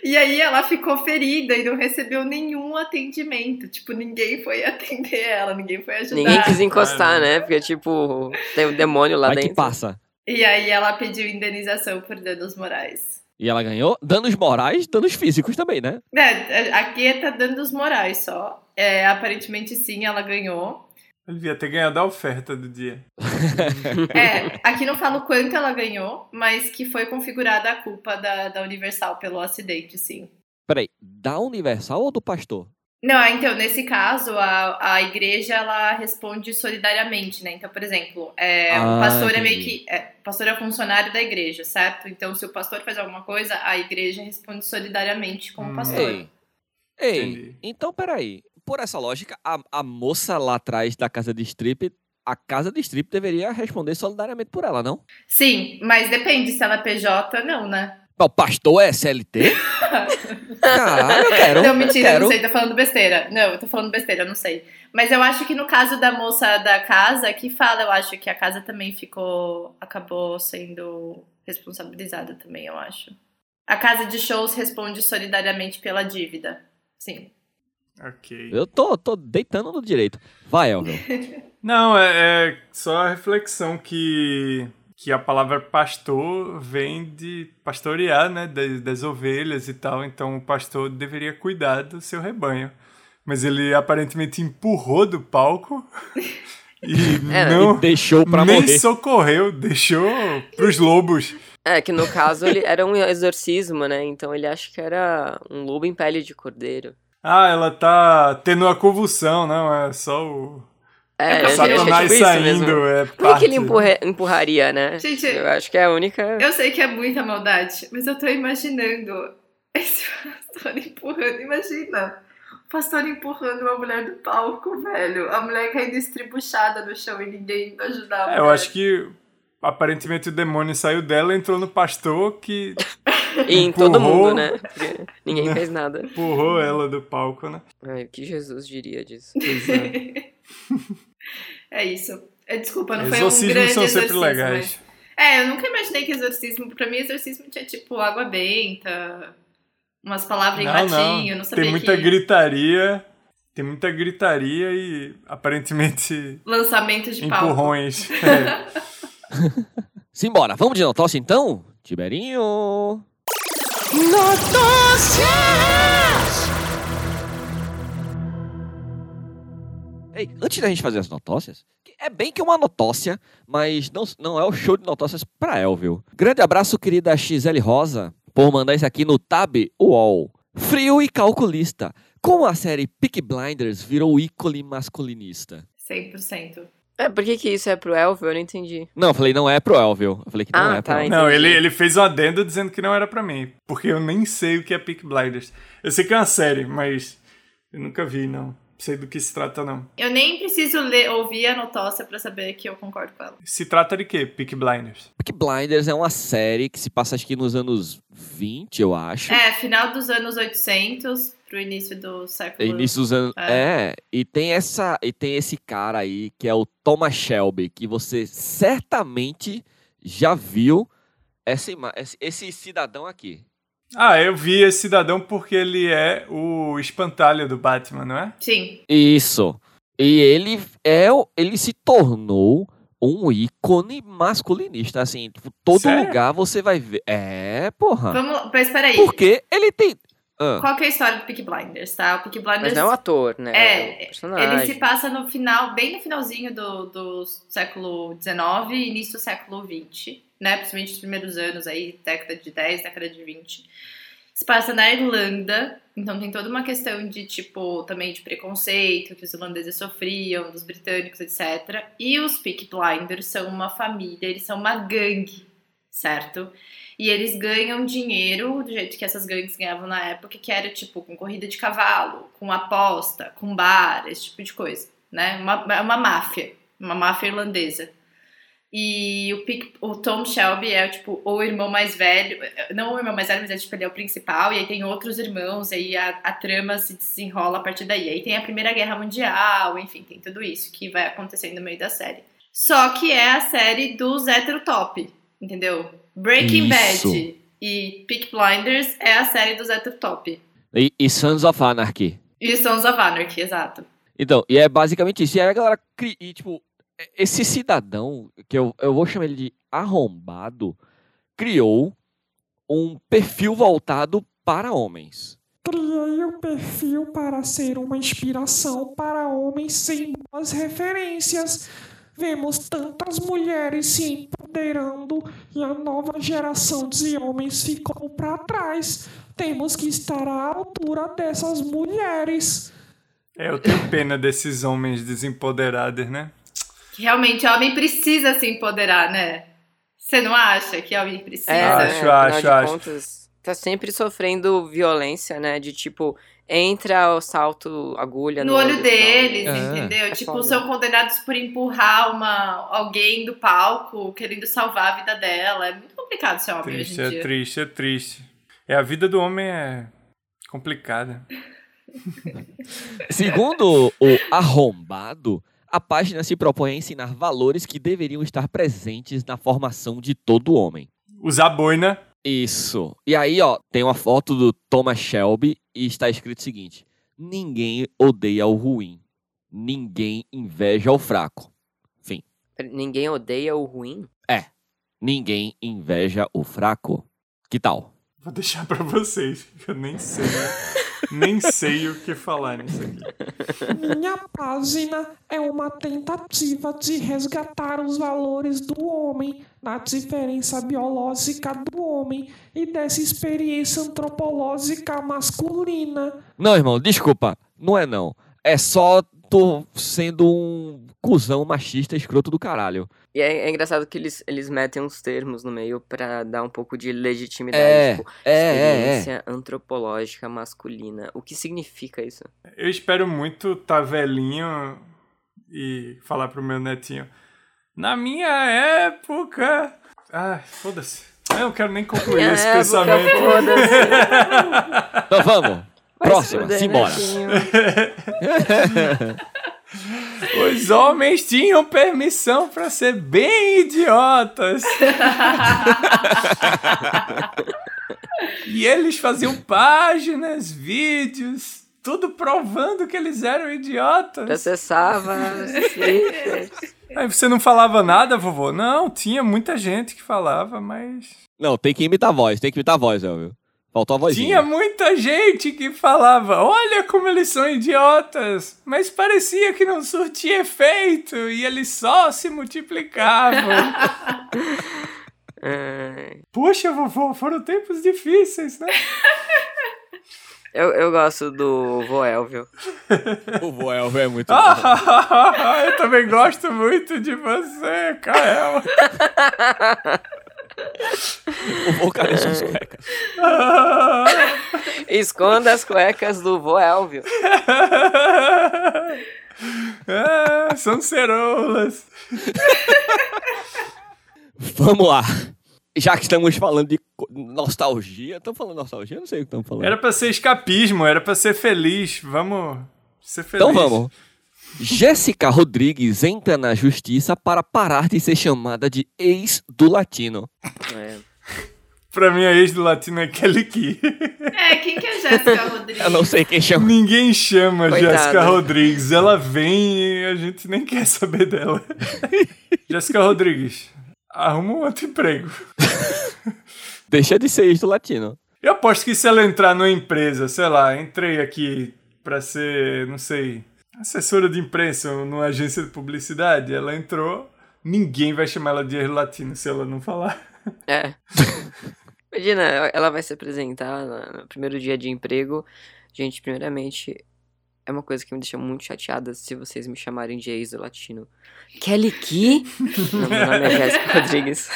Speaker 2: E aí ela ficou ferida e não recebeu nenhum atendimento. Tipo, ninguém foi atender ela, ninguém foi ajudar.
Speaker 3: Ninguém quis encostar,
Speaker 1: Claro.
Speaker 3: né? Porque, tipo, tem um demônio lá
Speaker 4: Vai que
Speaker 3: dentro.
Speaker 4: passa.
Speaker 2: E aí ela pediu indenização por danos morais.
Speaker 4: E ela ganhou danos morais, danos físicos também, né?
Speaker 2: É, aqui tá danos morais só. É, aparentemente sim, ela ganhou.
Speaker 1: Ele devia ter ganhado a oferta do dia.
Speaker 2: É, aqui não fala o quanto ela ganhou, mas que foi configurada a culpa da, da Universal pelo acidente, sim.
Speaker 4: Peraí, da Universal ou do pastor?
Speaker 2: Não, ah, então, nesse caso, a, a igreja, ela responde solidariamente, né? Então, por exemplo, é, o
Speaker 4: Ah,
Speaker 2: pastor é meio
Speaker 4: entendi.
Speaker 2: que... é, o pastor é funcionário da igreja, certo? Então, se o pastor faz alguma coisa, a igreja responde solidariamente com
Speaker 1: Hum.
Speaker 2: o pastor.
Speaker 4: Ei. Ei,
Speaker 1: Entendi.
Speaker 4: então peraí. Por essa lógica, a, a moça lá atrás da casa de strip, a casa de strip deveria responder solidariamente por ela, não?
Speaker 2: Sim, mas depende se ela é PJ, não, né?
Speaker 4: O pastor é SLT? Caralho, eu quero.
Speaker 2: não, mentira,
Speaker 4: eu
Speaker 2: eu
Speaker 4: quero.
Speaker 2: não sei, tô falando besteira. Não, eu tô falando besteira, eu não sei. Mas eu acho que no caso da moça da casa, que fala, eu acho que a casa também ficou. acabou sendo responsabilizada também, eu acho. A casa de shows responde solidariamente pela dívida. Sim.
Speaker 1: Ok.
Speaker 4: Eu tô, tô deitando no direito. Vai, Elvio.
Speaker 1: Não, é, é só a reflexão que, que a palavra pastor vem de pastorear, né? Das, das ovelhas e tal. Então o pastor deveria cuidar do seu rebanho. Mas ele aparentemente empurrou do palco e
Speaker 3: É,
Speaker 1: não
Speaker 4: Deixou pra
Speaker 1: nem
Speaker 4: morrer.
Speaker 1: socorreu, deixou pros lobos.
Speaker 3: É, que no caso ele era um exorcismo, né? Então ele acha que era um lobo em pele de cordeiro.
Speaker 1: Ah, ela tá tendo uma convulsão, não? É só o
Speaker 3: É,
Speaker 2: É,
Speaker 3: eu acho que é
Speaker 1: Satanás
Speaker 3: tipo isso mesmo.
Speaker 1: saindo. É
Speaker 3: Como é que
Speaker 1: parte-
Speaker 3: ele empurra- empurraria, né?
Speaker 2: Gente,
Speaker 3: Eu acho que é a única.
Speaker 2: eu sei que é muita maldade, mas eu tô imaginando esse pastor empurrando. Imagina! pastor empurrando uma mulher do palco, velho. A mulher caindo estribuchada no chão e ninguém ajudava.
Speaker 1: É, eu acho que aparentemente o demônio saiu dela, entrou no pastor que
Speaker 3: E em todo
Speaker 1: Empurrou.
Speaker 3: mundo, né? Porque ninguém fez nada.
Speaker 1: empurrou tipo, ela do palco, né?
Speaker 3: Ai, o que Jesus diria disso?
Speaker 1: Pois é.
Speaker 2: É isso. É, Desculpa, não foi um
Speaker 1: Exorcismos
Speaker 2: grande
Speaker 1: são sempre
Speaker 2: exorcismo,
Speaker 1: legais.
Speaker 2: mas- É, eu nunca imaginei que exorcismo, pra mim exorcismo tinha tipo água benta, umas palavras em
Speaker 1: Não, não.
Speaker 2: latim, eu não sabia
Speaker 1: Tem muita
Speaker 2: que
Speaker 1: gritaria, tem muita gritaria e aparentemente
Speaker 2: lançamento de palco.
Speaker 1: empurrões. É.
Speaker 4: Simbora, vamos de notócia então? Tiberinho! Ei, antes da gente fazer as notócias, que é bem que uma notócia, mas não, não é o show de notócias pra Elvio. Grande abraço, querida XL Rosa, por mandar isso aqui no Tab UOL. Frio e calculista. Como a série Peak Blinders virou ícone masculinista?
Speaker 2: 100%.
Speaker 3: É, por que que isso é pro Elvio? Eu não entendi.
Speaker 4: Não, eu falei, não é pro Elvio. Eu falei que não
Speaker 3: Ah,
Speaker 4: é pro
Speaker 3: tá,
Speaker 4: Elvio.
Speaker 1: Não,
Speaker 3: Entendi.
Speaker 1: ele, ele fez um adendo dizendo que não era pra mim, porque eu nem sei o que é Peak Blinders. Eu sei que é uma série, mas eu nunca vi, não. Não sei do que se trata, não.
Speaker 2: Eu nem preciso ler, ouvir a notócia pra saber que eu concordo com ela.
Speaker 1: Se trata de quê? Peak Blinders.
Speaker 4: Peaky Blinders é uma série que se passa acho que nos anos 20, eu acho.
Speaker 2: É, final dos anos 800 pro início do século...
Speaker 4: É Início dos anos. É. e tem essa e tem esse cara aí que é o Thomas Shelby, que você certamente já viu essa ima- esse, esse cidadão aqui.
Speaker 1: Ah, eu vi esse cidadão porque ele é o espantalho do Batman, não é?
Speaker 2: Sim,
Speaker 4: Isso. E ele é o- ele se tornou um ícone masculinista, assim, tipo, todo
Speaker 1: Sério?
Speaker 4: lugar você vai ver. É, porra.
Speaker 2: vamos lá, mas peraí.
Speaker 4: Porque ele tem Ah.
Speaker 2: Então, Qual que é a história do Peak Blinders, tá? O Peak Blinders...
Speaker 3: Mas não é o ator, né?
Speaker 2: É,
Speaker 3: o
Speaker 2: Ele
Speaker 3: personagem.
Speaker 2: se passa no final, bem no finalzinho do, do século XIX e início do século XX, né? Principalmente os primeiros anos aí, década de 10, década de 20. Se passa na Irlanda, então tem toda uma questão de, tipo, também de preconceito que os irlandeses sofriam, dos britânicos, etc. E os Peak Blinders são uma família, eles são uma gangue, certo? E eles ganham dinheiro do jeito que essas gangues ganhavam na época, que era tipo com corrida de cavalo, com aposta, com bar, esse tipo de coisa, né? Uma, é uma máfia, uma máfia irlandesa. E o, Pic- o Tom Shelby é tipo o irmão mais velho, não o irmão mais velho, mas é tipo ele é o principal, e aí tem outros irmãos, e aí a, a trama se desenrola a partir daí. Aí tem a Primeira Guerra Mundial, enfim, tem tudo isso que vai acontecendo no meio da série. Só que é a série dos heterotop, entendeu? Breaking
Speaker 4: Isso.
Speaker 2: Bad e Peak Blinders é a série dos heterotop.
Speaker 4: E, e Sons of Anarchy.
Speaker 2: E Sons of Anarchy, exato.
Speaker 4: Então, e é basicamente isso. E aí a galera cria, e, tipo, e- esse cidadão, que eu, eu vou chamar ele de arrombado, criou um perfil voltado para homens.
Speaker 5: Criei um perfil para ser uma inspiração para homens sem boas referências. Vemos tantas mulheres se empoderando e a nova geração de homens ficou para trás. Temos que estar à altura dessas mulheres.
Speaker 1: É, eu tenho pena desses homens desempoderados, né?
Speaker 2: Que realmente homem precisa se empoderar, né? Você não acha que homem precisa?
Speaker 3: É,
Speaker 1: Acho,
Speaker 3: né, afinal
Speaker 1: acho,
Speaker 3: de
Speaker 1: acho.
Speaker 3: Contas, tá sempre sofrendo violência, né? De tipo, entra o salto, agulha
Speaker 2: no olho deles,
Speaker 4: É.
Speaker 2: entendeu?
Speaker 3: É
Speaker 2: tipo,
Speaker 3: foda.
Speaker 2: são condenados por empurrar uma, alguém do palco, querendo salvar a vida dela. É muito complicado ser homem
Speaker 1: Triste,
Speaker 2: hoje em
Speaker 1: é
Speaker 2: dia.
Speaker 1: triste, é triste. É, a vida do homem é complicada.
Speaker 4: Segundo o arrombado, a página se propõe a ensinar valores que deveriam estar presentes na formação de todo homem.
Speaker 1: Usar boina.
Speaker 4: Isso. E aí, ó, tem uma foto do Thomas Shelby e está escrito o seguinte: Ninguém odeia o ruim. Ninguém inveja o fraco.
Speaker 3: Ninguém odeia o ruim.
Speaker 4: Ninguém inveja o fraco. Que tal?
Speaker 1: Vou deixar pra vocês. que Eu nem sei. nem sei o que falar nisso aqui.
Speaker 5: Minha página é uma tentativa de resgatar os valores do homem, na diferença biológica do homem e dessa experiência antropológica masculina.
Speaker 4: Não, irmão, desculpa. Não é não. É só tô sendo um cuzão machista escroto do caralho.
Speaker 3: E é, é engraçado que eles, eles metem uns termos no meio pra dar um pouco de legitimidade.
Speaker 4: É,
Speaker 3: tipo,
Speaker 4: é, é, é.
Speaker 3: experiência antropológica masculina. O que significa isso?
Speaker 1: Eu espero muito tá velhinho e falar pro meu netinho. Na minha época. Ah, foda-se. Eu não quero nem concluir esse
Speaker 3: É,
Speaker 1: pensamento.
Speaker 3: foda-se.
Speaker 4: Então vamos.
Speaker 3: Vai se
Speaker 4: Próxima,
Speaker 3: fuder, né,
Speaker 4: simbora.
Speaker 3: netinho.
Speaker 1: Os homens tinham permissão pra ser bem idiotas. e eles faziam páginas, vídeos, tudo provando que eles eram idiotas.
Speaker 3: Processava os haters.
Speaker 1: Aí você não falava nada, vovô? Não, tinha muita gente que falava, mas.
Speaker 4: Não, tem que imitar a voz, tem que imitar a voz, Elvio. Faltou a vozinha.
Speaker 1: Tinha muita gente que falava: Olha como eles são idiotas! Mas parecia que não surtia efeito e eles só se multiplicavam.
Speaker 3: Ai.
Speaker 1: Puxa, vovô, foram tempos difíceis, né?
Speaker 3: Eu, eu gosto do Voelvio.
Speaker 4: O Elvio é muito bom.
Speaker 1: Ah, eu também gosto muito de você, Kael.
Speaker 4: O cara é suspeito.
Speaker 1: Ah.
Speaker 3: Esconda as cuecas do Voelvio.
Speaker 1: Ah, são ceroulas.
Speaker 4: Vamos lá. Já que estamos falando de co- nostalgia, estamos falando de nostalgia? Eu não sei o que estamos falando.
Speaker 1: Era pra ser escapismo, era pra ser feliz. Vamos ser feliz.
Speaker 4: Então vamos. Jéssica Rodrigues entra na justiça para parar de ser chamada de ex do latino.
Speaker 3: É.
Speaker 1: Pra mim, a ex do latino é Kelly Key.
Speaker 2: É, quem que é Jéssica Rodrigues?
Speaker 4: Eu não sei quem chama.
Speaker 1: Ninguém chama
Speaker 3: Coitada.
Speaker 1: Jéssica Rodrigues. Ela vem e a gente nem quer saber dela. Jéssica Rodrigues, arruma um outro emprego.
Speaker 4: Deixa de ser ex do latino.
Speaker 1: Eu aposto que se ela entrar numa empresa, sei lá, entrei aqui pra ser, não sei, assessora de imprensa ou numa agência de publicidade, ela entrou, ninguém vai chamar ela de erro latino se ela não falar.
Speaker 3: É. Imagina, ela vai se apresentar na- no primeiro dia de emprego. Gente, primeiramente, é uma coisa que me deixa muito chateada se vocês me chamarem de ex do latino. Kelly Key? Não, meu nome é Jéssica Rodrigues.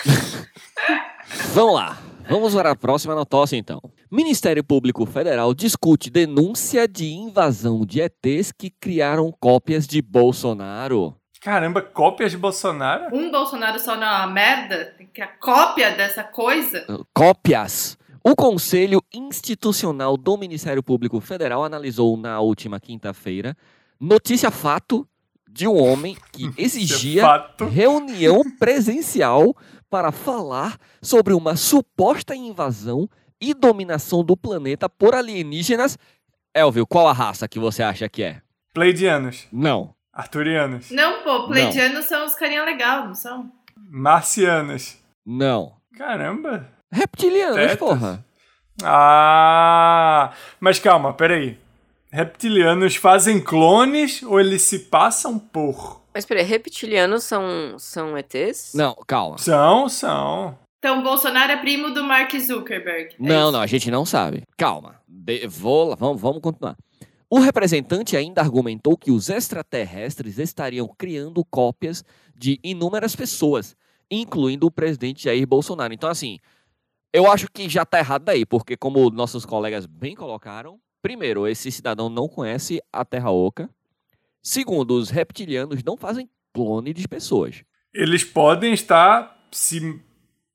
Speaker 4: Vamos lá. Vamos para a próxima notócia, então. Ministério Público Federal discute denúncia de invasão de ETs que criaram cópias de Bolsonaro.
Speaker 1: Caramba, cópias de Bolsonaro?
Speaker 2: Um Bolsonaro só não é uma merda? Tem que a cópia dessa coisa?
Speaker 4: cópias. O Conselho Institucional do Ministério Público Federal analisou na última quinta-feira notícia fato de um homem que
Speaker 1: Isso é
Speaker 4: exigia
Speaker 1: fato.
Speaker 4: reunião presencial para falar sobre uma suposta invasão e dominação do planeta por alienígenas. Elvio, qual a raça que você acha que é?
Speaker 1: Pleidianos,
Speaker 4: Não.
Speaker 1: Arturianos,
Speaker 2: Não, pô, pleidianos são os carinha legal, não são?
Speaker 1: Marcianos.
Speaker 4: Não.
Speaker 1: Caramba.
Speaker 4: Reptilianos,
Speaker 1: Tetas.
Speaker 4: porra.
Speaker 1: Ah, mas calma, peraí. Reptilianos fazem clones ou eles se passam por?
Speaker 3: Mas peraí, reptilianos são, são ETs?
Speaker 4: Não, calma.
Speaker 1: São, são.
Speaker 2: Então, Bolsonaro é primo do Mark Zuckerberg. é
Speaker 4: Não,
Speaker 2: isso?
Speaker 4: não, a gente não sabe. Calma. De- vou lá, vamos, vamos continuar. O representante ainda argumentou que os extraterrestres estariam criando cópias de inúmeras pessoas, incluindo o presidente Jair Bolsonaro. Então, assim, eu acho que já tá errado daí, porque como nossos colegas bem colocaram, primeiro, esse cidadão não conhece a Terra Oca. Segundo, os reptilianos não fazem clone de pessoas.
Speaker 1: Eles podem estar se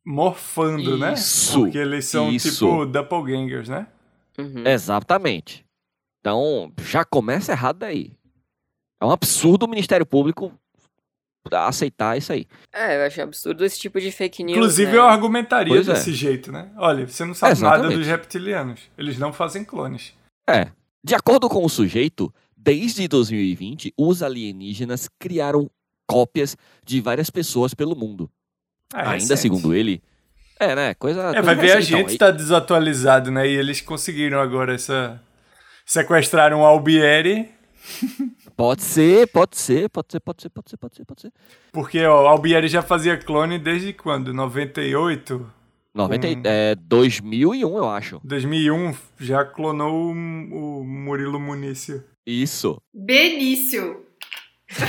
Speaker 1: morfando, né?
Speaker 4: Isso,
Speaker 1: Porque eles são
Speaker 4: isso.
Speaker 1: tipo doppelgangers, né?
Speaker 3: Uhum.
Speaker 4: Exatamente. Então, já começa errado daí. É um absurdo o Ministério Público aceitar isso aí.
Speaker 3: É, eu acho absurdo esse tipo de fake news.
Speaker 1: Inclusive,
Speaker 3: né?
Speaker 1: eu argumentaria
Speaker 4: Pois é.
Speaker 1: desse jeito, né? Olha, você não sabe
Speaker 4: Exatamente.
Speaker 1: nada dos reptilianos. Eles não fazem clones.
Speaker 4: De acordo com o sujeito, desde 2020, os alienígenas criaram cópias de várias pessoas pelo mundo.
Speaker 1: É,
Speaker 4: Ainda
Speaker 1: recente.
Speaker 4: segundo ele. É, né? Coisa.
Speaker 1: É,
Speaker 4: coisa
Speaker 1: vai ver a
Speaker 4: recente, então.
Speaker 1: gente tá desatualizado, né? E eles conseguiram agora essa. Sequestraram o Albieri,
Speaker 4: Pode ser, pode ser, pode ser, pode ser, pode ser, pode ser, pode ser.
Speaker 1: porque ó, o Albieri já fazia clone desde quando? 98?
Speaker 4: 90, e-
Speaker 1: Hum.
Speaker 4: é, 2001, eu acho.
Speaker 1: 2001 já clonou o, o Murilo Munício.
Speaker 4: Isso.
Speaker 2: Benício.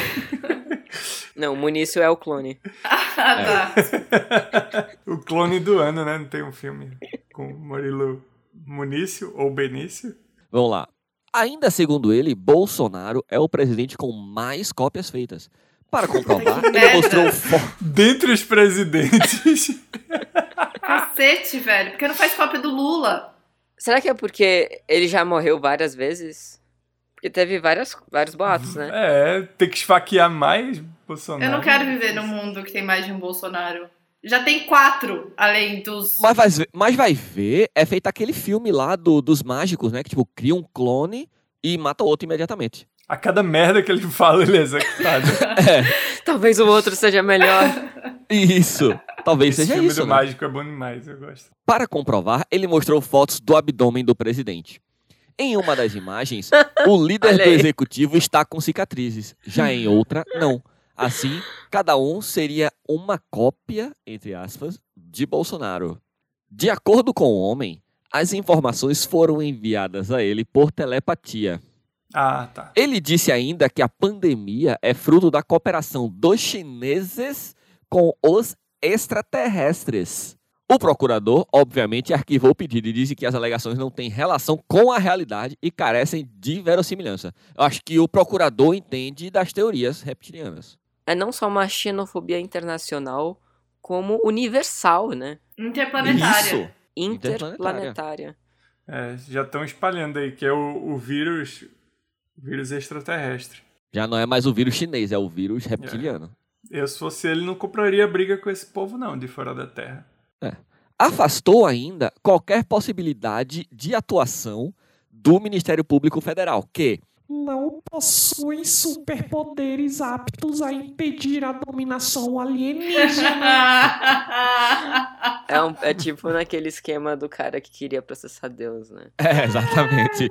Speaker 3: Não, o Munício é o clone.
Speaker 2: Ah, tá.
Speaker 1: O clone do ano, né? Não tem um filme com Murilo Munício ou Benício?
Speaker 4: Vamos lá. Ainda segundo ele, Bolsonaro é o presidente com mais cópias feitas. Para comprovar, ele
Speaker 2: merda.
Speaker 4: mostrou um foto.
Speaker 1: Dentre os presidentes.
Speaker 2: Ah. Cacete, velho. Porque não faz cópia do Lula.
Speaker 3: Será que é porque ele já morreu várias vezes? Porque teve várias, vários boatos, né?
Speaker 1: é, tem que esfaquear mais Bolsonaro.
Speaker 2: Eu não quero viver num mundo que tem mais de um Bolsonaro. Já tem quatro, além dos.
Speaker 4: Mas vai, ver- mas vai ver, é feito aquele filme lá do, dos mágicos, né? Que tipo, cria um clone e mata o outro imediatamente.
Speaker 1: A cada merda que ele fala, ele é executado.
Speaker 4: É,
Speaker 3: Talvez o outro seja melhor.
Speaker 4: Isso. Talvez
Speaker 1: Esse
Speaker 4: seja
Speaker 1: filme
Speaker 4: isso.
Speaker 1: do
Speaker 4: né?
Speaker 1: Mágico é bom demais, eu gosto.
Speaker 4: Para comprovar, ele mostrou fotos do abdômen do presidente. Em uma das imagens, o líder
Speaker 3: Olha
Speaker 4: do
Speaker 3: aí.
Speaker 4: executivo está com cicatrizes, já em outra, não. Assim, cada um seria uma cópia, entre aspas, de Bolsonaro. De acordo com o homem, as informações foram enviadas a ele por telepatia.
Speaker 1: Ah, tá.
Speaker 4: Ele disse ainda que a pandemia é fruto da cooperação dos chineses com os extraterrestres. O procurador, obviamente, arquivou o pedido e disse que as alegações não têm relação com a realidade e carecem de verossimilhança. Eu acho que o procurador entende das teorias reptilianas.
Speaker 3: É não só uma xenofobia internacional, como universal, né?
Speaker 2: Interplanetária.
Speaker 4: Isso. Interplanetária.
Speaker 3: Interplanetária.
Speaker 1: É, já estão espalhando aí, que é o, o vírus. Vírus extraterrestre.
Speaker 4: Já não é mais o vírus chinês, é o vírus reptiliano.
Speaker 1: Eu, se fosse ele, não compraria briga com esse povo, não, de fora da Terra.
Speaker 4: afastou ainda qualquer possibilidade de atuação do Ministério Público Federal, que
Speaker 5: Não possuem superpoderes aptos a impedir a dominação alienígena.
Speaker 3: É, um- é tipo naquele esquema do cara que queria processar Deus, né?
Speaker 4: É, exatamente.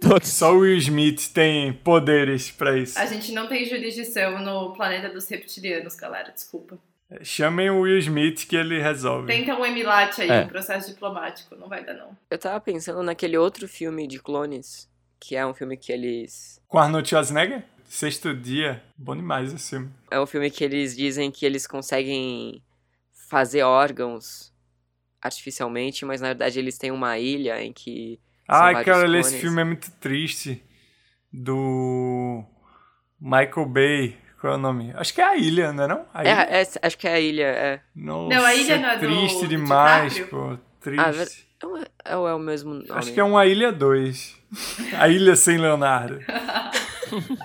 Speaker 4: Todos
Speaker 1: Só o Will Smith tem poderes pra isso.
Speaker 2: A gente não tem jurisdição no planeta dos reptilianos, galera. Desculpa.
Speaker 1: É, Chamem o Will Smith que ele resolve.
Speaker 2: Tenta um emilate aí,
Speaker 4: É.
Speaker 2: um processo diplomático. Não vai dar, não.
Speaker 3: Eu tava pensando naquele outro filme de clones, que é um filme que eles.
Speaker 1: Com Arnold Schwarzenegger? Sexto dia. Bom demais esse filme.
Speaker 3: É um filme que eles dizem que eles conseguem fazer órgãos artificialmente, mas na verdade eles têm uma ilha em que. São
Speaker 1: Ai,
Speaker 3: vários
Speaker 1: cara, esse
Speaker 3: clones.
Speaker 1: filme é muito triste. Do Michael Bay. Qual é o nome? Acho que é a Ilha, não é não? A Ilha?
Speaker 3: É, é, acho que é a ilha. É,
Speaker 1: Nossa,
Speaker 2: Não, a Ilha não é
Speaker 1: é
Speaker 2: do-
Speaker 1: triste
Speaker 2: do
Speaker 1: demais, pô.
Speaker 2: DiCaprio?
Speaker 1: Triste.
Speaker 3: Ah, ver- é, um- é o- é o mesmo nome.
Speaker 1: Acho que é uma Ilha 2. a Ilha sem Leonardo. um-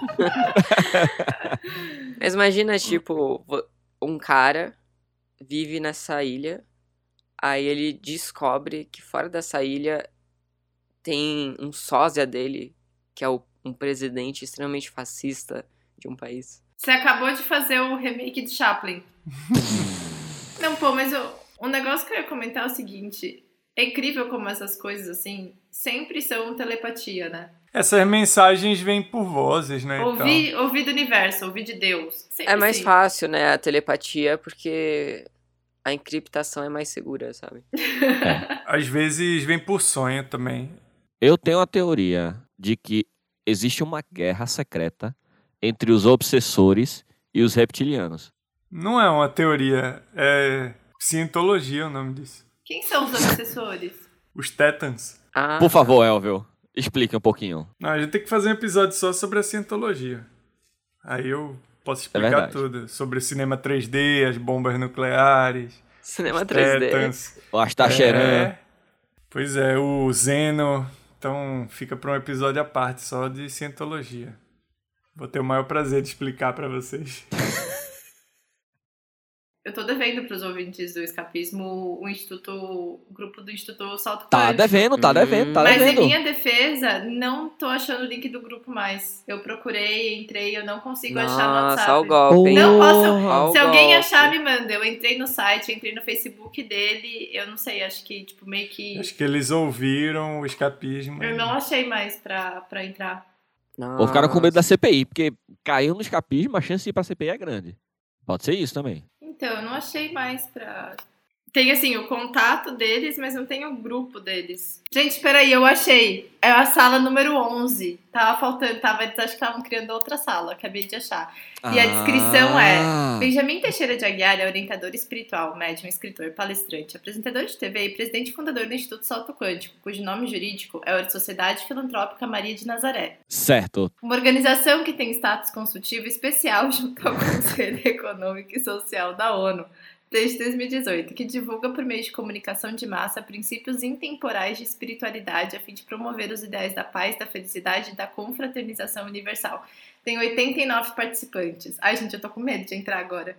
Speaker 3: Mas imagina, tipo, vo- um cara vive nessa ilha, aí ele descobre que fora dessa ilha tem um sósia dele, que é o- um presidente extremamente fascista de um país.
Speaker 2: Você acabou de fazer o remake de Chaplin. não, pô, mas o um negócio que eu ia comentar é o seguinte. É incrível como essas coisas, assim, sempre são telepatia, né?
Speaker 1: Essas mensagens vêm por vozes, né?
Speaker 4: Então.
Speaker 1: e tal.
Speaker 2: Ouvir, ouvir do universo, ouvir de Deus. Sempre
Speaker 3: É mais
Speaker 2: assim.
Speaker 3: fácil, né, a telepatia, porque a encriptação é mais segura, sabe?
Speaker 1: Às vezes vem por sonho também.
Speaker 4: Eu tenho a teoria de que existe uma guerra secreta entre os obsessores e os reptilianos.
Speaker 1: Não é uma teoria, é cientologia é o nome disso.
Speaker 2: Quem são os obsessores?
Speaker 1: Os Tetans.
Speaker 3: Ah,
Speaker 4: Por favor, Elvio, explique um pouquinho.
Speaker 1: Não, a gente tem que fazer um episódio só sobre a cientologia. Aí eu posso explicar
Speaker 4: É verdade.
Speaker 1: tudo. Sobre o cinema 3D, as bombas nucleares,
Speaker 3: cinema
Speaker 1: os
Speaker 3: 3D.
Speaker 1: Tetans.
Speaker 4: O Astacheran.
Speaker 1: É. Pois é, o Zeno. Então fica para um episódio à parte só de cientologia. Vou ter o maior prazer de explicar para vocês.
Speaker 2: Eu tô devendo pros ouvintes do escapismo o instituto, o grupo do Instituto Salto
Speaker 4: Tá
Speaker 2: Quântico.
Speaker 4: devendo, tá devendo, tá
Speaker 2: Mas em
Speaker 4: devendo.
Speaker 2: minha defesa, não tô achando o link do grupo mais. Eu procurei, entrei, eu não consigo achar no WhatsApp.
Speaker 3: Nossa, olha o golpe, hein?
Speaker 2: Não posso-
Speaker 3: Olha o
Speaker 2: Se alguém
Speaker 3: golpe.
Speaker 2: achar, me manda. Eu entrei no site, entrei no Facebook dele. Eu não sei, acho que, tipo, meio que.
Speaker 1: Acho que eles ouviram o escapismo.
Speaker 2: Eu não achei mais pra, pra entrar.
Speaker 4: Ou ficaram com
Speaker 3: Nossa.
Speaker 4: medo da CPI, porque caiu no escapismo, a chance de ir pra CPI é grande. Pode ser isso também.
Speaker 2: Então, eu não achei mais pra. Tem, assim, o contato deles, mas não tem o grupo deles. Gente, peraí, eu achei. É a sala número 11. Tava faltando, tava, acho que estavam criando outra sala, acabei de achar. E a descrição
Speaker 4: Ah.
Speaker 2: é: Benjamin Teixeira de Aguiar é orientador espiritual, médium, escritor, palestrante, apresentador de TV e presidente e fundador do Instituto Salto Quântico, cujo nome jurídico é a Sociedade Filantrópica Maria de Nazaré.
Speaker 4: Certo.
Speaker 2: Uma organização que tem status consultivo especial junto ao Conselho Econômico e Social da ONU desde 2018, que divulga por meio de comunicação de massa princípios intemporais de espiritualidade a fim de promover os ideais da paz, da felicidade e da confraternização universal. Tem 89 participantes. Ai, gente, eu tô com medo de entrar agora.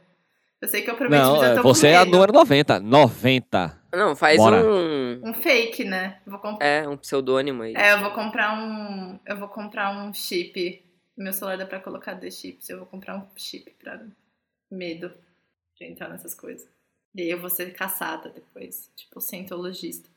Speaker 2: Eu sei que eu prometi,
Speaker 4: Não,
Speaker 2: mas eu
Speaker 4: é,
Speaker 2: tô
Speaker 4: você
Speaker 2: com
Speaker 4: é a
Speaker 2: medo.
Speaker 4: número 90. 90.
Speaker 3: Não, faz
Speaker 4: Bora.
Speaker 3: um.
Speaker 2: Um fake, né? Eu vou comprar.
Speaker 3: É, um pseudônimo aí.
Speaker 2: É, eu vou comprar um. Eu vou comprar um chip. Meu celular dá pra colocar dois chips. Eu vou comprar um chip pra medo de entrar nessas coisas. E aí eu vou ser caçada depois. Tipo, cientologista.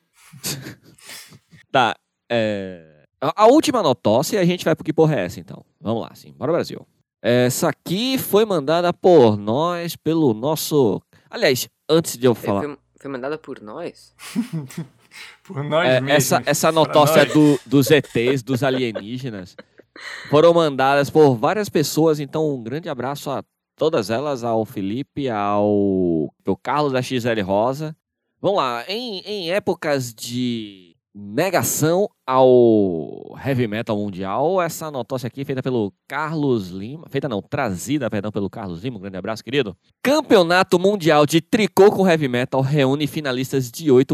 Speaker 4: Tá. é, A a última notócia e a gente vai pro que porra é essa, então. Vamos lá, sim. Bora, Brasil. Essa aqui foi mandada por nós, pelo nosso. Aliás, antes de eu
Speaker 3: É,
Speaker 4: falar.
Speaker 3: Foi, foi mandada por nós?
Speaker 1: Por nós
Speaker 4: É,
Speaker 1: mesmos.
Speaker 4: essa, essa
Speaker 1: Pra
Speaker 4: notócia
Speaker 1: nós.
Speaker 4: do, dos ETs, dos alienígenas, foram mandadas por várias pessoas, então um grande abraço a todas elas, ao Felipe, ao, ao Carlos da XL Rosa. Vamos lá, em, em épocas de negação ao heavy metal mundial, essa notócia aqui é feita pelo Carlos Lima, feita não, trazida, perdão, pelo Carlos Lima, um grande abraço, querido. Campeonato Mundial de Tricô com Heavy Metal reúne finalistas de oito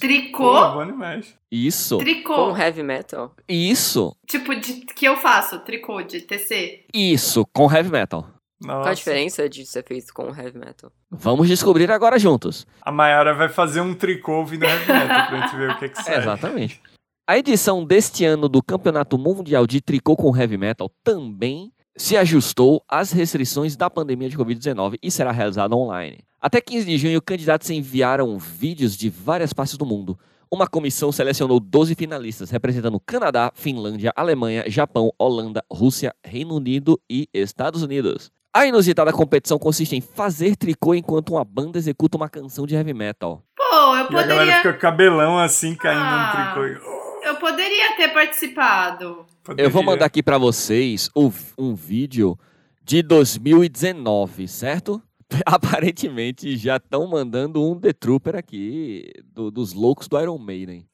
Speaker 1: Pô,
Speaker 2: Tricô?
Speaker 1: bom demais.
Speaker 4: Isso.
Speaker 2: Tricô.
Speaker 3: Com heavy metal?
Speaker 4: Isso,
Speaker 2: Tipo, de que eu faço? Tricô de TC?
Speaker 4: isso, com heavy metal.
Speaker 1: Nossa.
Speaker 3: Qual a diferença de ser feito com heavy metal?
Speaker 4: Vamos descobrir agora juntos.
Speaker 1: A Mayara vai fazer um tricô ouvindo heavy metal pra gente ver o que
Speaker 4: É,
Speaker 1: que sai.
Speaker 4: Exatamente. A edição deste ano do Campeonato Mundial de Tricô com Heavy Metal também se ajustou às restrições da pandemia de Covid-19 e será realizada online. Até 15 de junho, candidatos enviaram vídeos de várias partes do mundo. Uma comissão selecionou 12 finalistas, representando Canadá, Finlândia, Alemanha, Japão, Holanda, Rússia, Reino Unido e Estados Unidos. A inusitada competição consiste em fazer tricô enquanto uma banda executa uma canção de heavy metal.
Speaker 1: E
Speaker 2: Pô, eu
Speaker 1: a galera
Speaker 2: poderia.
Speaker 1: fica com o cabelão assim, caindo
Speaker 2: Ah.
Speaker 1: no tricô. Oh,
Speaker 2: Eu poderia ter participado.
Speaker 1: Poderia.
Speaker 4: Eu vou mandar aqui pra vocês o- um vídeo de 2019, certo? Aparentemente já estão mandando um The Trooper aqui do- dos loucos do Iron Maiden.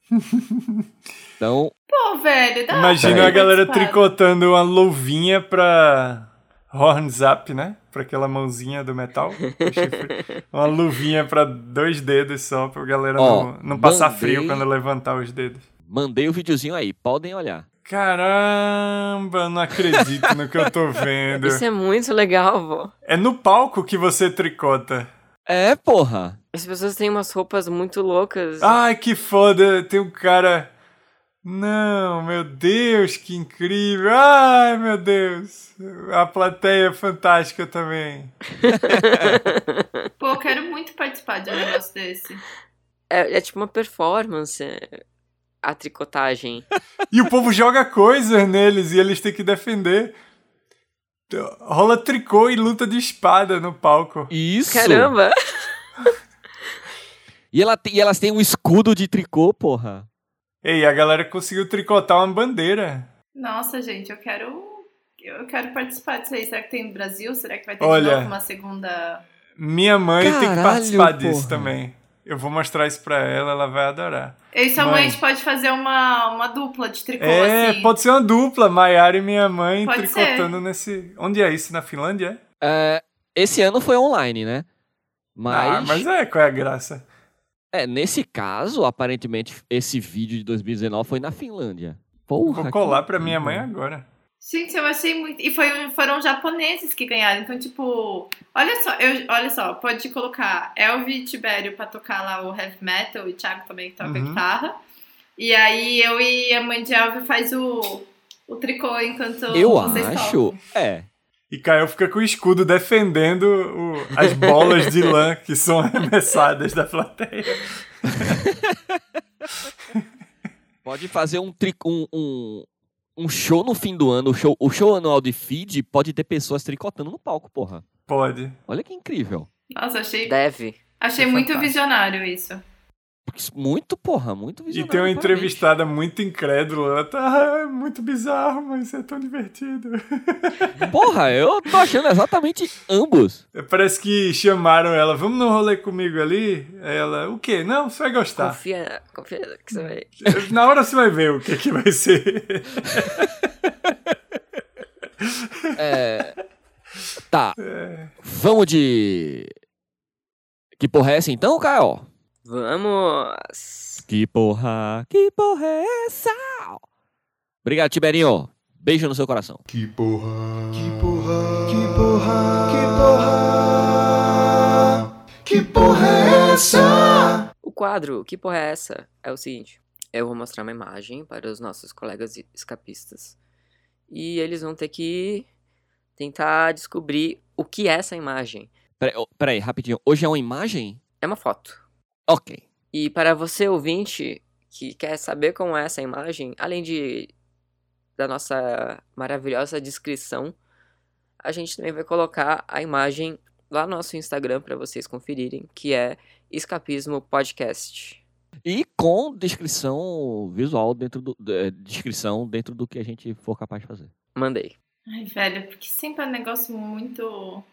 Speaker 4: Então,
Speaker 2: Pô, velho, dá
Speaker 1: Imagina
Speaker 2: pra
Speaker 1: a
Speaker 2: ter
Speaker 1: galera
Speaker 2: participado.
Speaker 1: tricotando uma luvinha pra horns up, né? Pra aquela mãozinha do metal. o chifre. uma luvinha pra dois dedos só, pra galera
Speaker 4: Ó,
Speaker 1: não, não passar
Speaker 4: mandei.
Speaker 1: frio quando levantar os dedos.
Speaker 4: mandei o videozinho aí, podem olhar.
Speaker 1: Caramba, eu não acredito no que eu tô vendo.
Speaker 3: Isso é muito legal, vô.
Speaker 1: É no palco que você tricota.
Speaker 4: É, porra!
Speaker 3: As pessoas têm umas roupas muito loucas.
Speaker 2: Ah.
Speaker 1: Ai, que foda, tem um cara. Não, meu Deus, que incrível! Ai, meu Deus! A plateia é fantástica também.
Speaker 2: Pô, eu quero muito participar de um negócio desse.
Speaker 3: É, é tipo uma performance. é, A tricotagem.
Speaker 2: É
Speaker 1: E o povo joga coisas neles e eles têm que defender. Rola tricô e luta de espada no palco.
Speaker 4: Isso!
Speaker 3: Caramba!
Speaker 4: E, ela tem- e elas têm um escudo de tricô, porra.
Speaker 1: Ei, a galera conseguiu tricotar uma bandeira.
Speaker 2: Nossa, gente, eu quero. Eu quero participar disso aí. Será que tem no Brasil? Será que vai ter de
Speaker 1: Olha.
Speaker 2: novo uma segunda.
Speaker 1: Minha mãe tem que
Speaker 4: Caralho,
Speaker 1: participar disso
Speaker 4: porra.
Speaker 1: também. Eu vou mostrar isso pra ela, ela vai adorar.
Speaker 2: Eu e sua mãe,
Speaker 1: Mãe.
Speaker 2: a gente pode fazer uma, uma dupla de tricô
Speaker 1: É,
Speaker 2: assim.
Speaker 1: pode ser uma dupla, Maiara e minha mãe
Speaker 2: Pode
Speaker 1: tricotando nesse. Onde é isso? Na Finlândia?
Speaker 4: É, esse ano foi online, né?
Speaker 1: Ah, mas é, qual é a graça?
Speaker 4: É, nesse caso, aparentemente, esse vídeo de 2019 foi na Finlândia. Porra,
Speaker 1: Vou colar
Speaker 4: que
Speaker 1: pra minha mãe
Speaker 4: incrível.
Speaker 1: agora.
Speaker 2: Gente, eu achei muito. E foi- foram japoneses que ganharam. Então, tipo, olha só, eu, olha só, pode colocar Elvi e Tibério pra tocar lá o heavy metal e Thiago também que toca
Speaker 1: Uhum.
Speaker 2: guitarra. E aí eu e a mãe de Elvi faz o, o tricô enquanto
Speaker 4: Eu
Speaker 2: Então, vocês tocam.
Speaker 4: acho. É.
Speaker 1: E Caio fica com o escudo defendendo o- as bolas de lã que são arremessadas da plateia.
Speaker 4: Pode fazer um, tri- um, um, um show no fim do ano. O show, o show anual de feed pode ter pessoas tricotando no palco, porra.
Speaker 1: Pode.
Speaker 4: Olha que incrível.
Speaker 2: Nossa, achei
Speaker 3: Deve.
Speaker 2: Achei
Speaker 4: Foi
Speaker 2: muito
Speaker 4: fantástico.
Speaker 2: visionário isso.
Speaker 4: Muito, porra, muito
Speaker 1: E
Speaker 4: visionário.
Speaker 1: tem um uma
Speaker 4: parabéns.
Speaker 1: entrevistada muito incrédula. Ela tá "Ah, é muito bizarro, mas é tão divertido.
Speaker 4: Porra, eu tô achando exatamente ambos.
Speaker 1: É, Parece que chamaram ela, vamos no rolê comigo ali? Aí Ela, o quê? Não, você vai
Speaker 2: Tá.
Speaker 1: gostar.
Speaker 3: Confia, confia que você vai.
Speaker 1: Na hora você vai ver o que, que vai ser.
Speaker 4: É... Tá.
Speaker 1: É.
Speaker 4: Vamos de. Que porra é essa então, Caio?
Speaker 3: Vamos!
Speaker 4: Que porra, que porra é essa? Obrigado, Tiberinho. Beijo no seu coração.
Speaker 6: Que porra! Que porra!
Speaker 7: Que porra, que porra, que porra é essa?
Speaker 3: O quadro, que porra é essa? É o seguinte: eu vou mostrar uma imagem para os nossos colegas e- escapistas. E eles vão ter que tentar descobrir o que é essa imagem.
Speaker 4: Peraí, oh, peraí, rapidinho. Hoje é uma imagem?
Speaker 3: É uma foto.
Speaker 4: Ok.
Speaker 3: E para você ouvinte que quer saber como é essa imagem, além de da nossa maravilhosa descrição, a gente também vai colocar a imagem lá no nosso Instagram para vocês conferirem, que é Escapismo Podcast.
Speaker 4: E com descrição visual dentro do. eh, descrição dentro do que a gente for capaz de fazer.
Speaker 3: Mandei.
Speaker 2: Ai, velho, porque sempre é um negócio muito.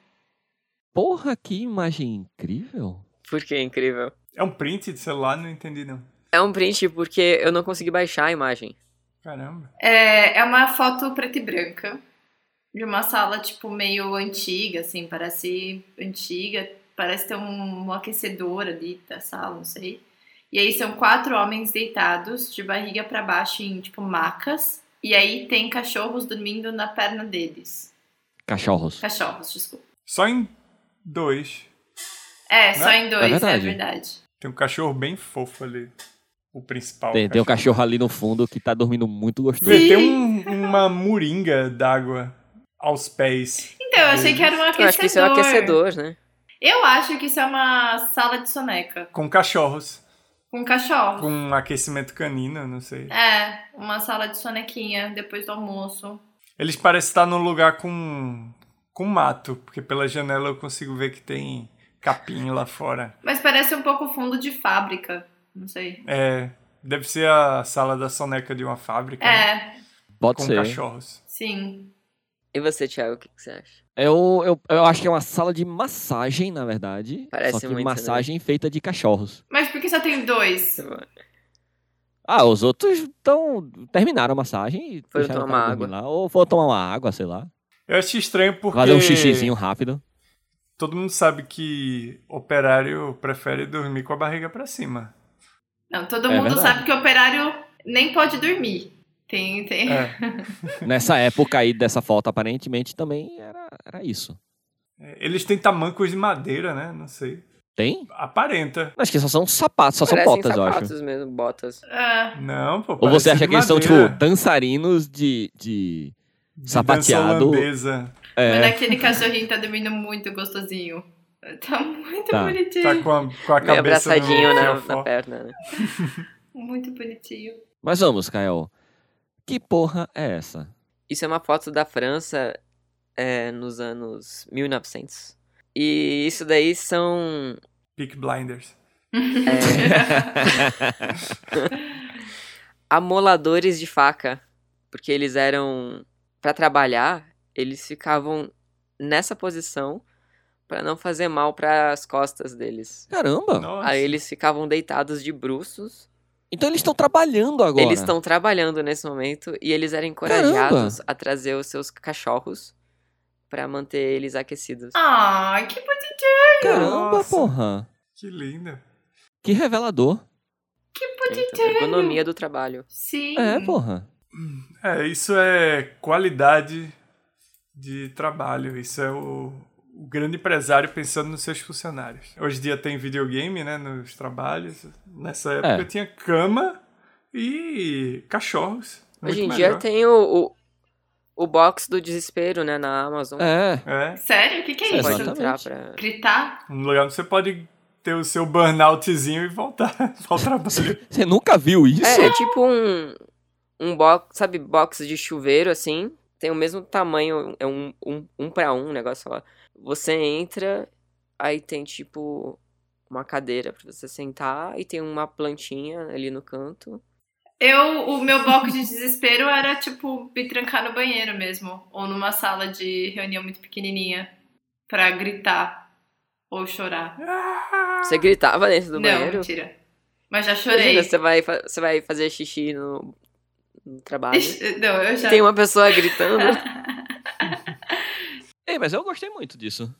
Speaker 4: Porra, que imagem incrível!
Speaker 3: Porque é incrível.
Speaker 1: É um print de celular? Não entendi, não.
Speaker 3: É um print porque eu não consegui baixar a imagem.
Speaker 1: Caramba.
Speaker 2: É, é uma foto preta e branca de uma sala, tipo, meio antiga, assim, parece antiga, parece ter um, um aquecedor ali da sala, não sei. E aí são quatro homens deitados, de barriga pra baixo, em, tipo, macas. E aí tem cachorros dormindo na perna deles.
Speaker 4: Cachorros.
Speaker 2: Cachorros, desculpa.
Speaker 1: Só em dois.
Speaker 2: É, só em dois, é
Speaker 4: verdade.
Speaker 2: verdade.
Speaker 1: Tem um cachorro bem fofo ali. O principal.
Speaker 4: Tem, tem um cachorro ali no fundo que tá dormindo muito gostoso.
Speaker 1: Vê, tem um- uma moringa d'água aos pés.
Speaker 2: Então, eu achei que era um aquecedor.
Speaker 3: Eu acho que isso é um aquecedor, né?
Speaker 2: Eu acho que isso é uma sala de soneca,
Speaker 1: Com cachorros.
Speaker 2: com cachorros.
Speaker 1: Com um aquecimento canino, não sei.
Speaker 2: É, uma sala de sonequinha depois do almoço.
Speaker 1: Eles parecem estar num lugar com, com mato, porque pela janela eu consigo ver que tem capim lá fora.
Speaker 2: Mas parece um pouco fundo de fábrica. Não sei.
Speaker 1: É, deve ser a sala da soneca de uma fábrica né?
Speaker 2: É,
Speaker 4: Pode
Speaker 1: com
Speaker 4: ser.
Speaker 1: cachorros.
Speaker 2: sim.
Speaker 3: E você, Thiago, o que que você acha?
Speaker 4: Eu, eu, eu acho que é uma sala de massagem, na verdade.
Speaker 3: Parece
Speaker 4: só que
Speaker 3: muito, né?
Speaker 4: massagem feita de cachorros.
Speaker 2: Mas por que só tem dois?
Speaker 4: Ah, os outros estão. Terminaram a massagem e
Speaker 3: Foram
Speaker 4: deixaram o
Speaker 3: tomar
Speaker 4: cara
Speaker 3: uma
Speaker 4: dormir Lá, ou foram tomar uma água, sei lá.
Speaker 1: Eu acho estranho porque
Speaker 4: Fazer um xixizinho rápido.
Speaker 1: todo mundo sabe que operário prefere dormir com a barriga pra cima.
Speaker 2: Não, todo
Speaker 4: É
Speaker 2: mundo
Speaker 4: verdade.
Speaker 2: sabe que o operário nem pode dormir. Tem, tem.
Speaker 1: É.
Speaker 4: Nessa época aí dessa foto, aparentemente, também era, era isso.
Speaker 1: Eles têm tamancos de madeira, né? Não sei.
Speaker 4: Tem?
Speaker 1: Aparenta.
Speaker 4: Acho que só são sapatos, só são
Speaker 3: Parecem
Speaker 4: botas, eu acho.
Speaker 3: sapatos mesmo, botas.
Speaker 2: Ah,
Speaker 1: Não, pô.
Speaker 4: Ou você
Speaker 1: parece
Speaker 4: acha
Speaker 1: de
Speaker 4: que eles são, tipo,
Speaker 1: madeira,
Speaker 4: dançarinos de. de...
Speaker 1: de dança
Speaker 4: sapateado?
Speaker 1: holandesa.
Speaker 4: É,
Speaker 2: Mas aquele cachorrinho tá dormindo muito gostosinho. Tá muito
Speaker 4: Tá.
Speaker 2: bonitinho.
Speaker 1: Tá com a, com a
Speaker 3: Meio
Speaker 1: cabeça no
Speaker 3: abraçadinho na,
Speaker 1: fiofó.
Speaker 3: na perna, né?
Speaker 2: Muito bonitinho.
Speaker 4: Mas vamos, Kael. Que porra é essa?
Speaker 3: Isso é uma foto da França é, nos anos 1900. E isso daí são. é,
Speaker 1: Peak Blinders.
Speaker 3: amoladores de faca, porque eles eram Pra trabalhar, eles ficavam nessa posição pra não fazer mal para as costas deles.
Speaker 4: Caramba!
Speaker 1: Nossa.
Speaker 3: Aí eles ficavam deitados de bruços.
Speaker 4: Então eles estão trabalhando agora.
Speaker 3: Eles estão trabalhando nesse momento e eles eram encorajados a trazer os seus cachorros pra manter eles aquecidos.
Speaker 2: Ah, que bonitinho.
Speaker 4: Caramba,
Speaker 1: Nossa.
Speaker 4: porra!
Speaker 1: Que linda.
Speaker 4: Que revelador.
Speaker 2: Que
Speaker 3: Então,
Speaker 2: bonitinho.
Speaker 3: economia do trabalho.
Speaker 2: Sim.
Speaker 4: É, porra.
Speaker 1: É, isso é qualidade de trabalho. Isso é o, o grande empresário pensando nos seus funcionários. Hoje em dia tem videogame, né, nos trabalhos. Nessa época
Speaker 4: É.
Speaker 1: tinha cama e cachorros.
Speaker 3: Hoje em
Speaker 1: Muito
Speaker 3: dia
Speaker 1: melhor.
Speaker 3: tem o, o, o box do desespero, né, na Amazon.
Speaker 4: É.
Speaker 1: É,
Speaker 2: Sério? O que, que é
Speaker 4: Sério,
Speaker 2: isso?
Speaker 3: Pode
Speaker 4: exatamente.
Speaker 3: entrar pra...
Speaker 2: Gritar?
Speaker 1: um lugar onde você pode ter o seu burnoutzinho e voltar ao trabalho.
Speaker 4: Você nunca viu isso?
Speaker 3: É, é tipo um, um box, sabe, box de chuveiro, assim. Tem o mesmo tamanho, é um, um, um pra um, um negócio lá. Você entra, aí tem tipo uma cadeira pra você sentar e tem uma plantinha ali no canto.
Speaker 2: Eu, o meu bloco de desespero era, tipo, me trancar no banheiro mesmo. Ou numa sala de reunião muito pequenininha. Pra gritar. Ou chorar.
Speaker 3: Você gritava dentro do
Speaker 2: Não,
Speaker 3: banheiro?
Speaker 2: mentira. Mas já
Speaker 3: Imagina,
Speaker 2: chorei.
Speaker 3: você vai, fa- você vai fazer xixi no, no trabalho.
Speaker 2: Não, eu já...
Speaker 3: Tem um uma pessoa gritando.
Speaker 4: Ei, mas eu gostei muito disso.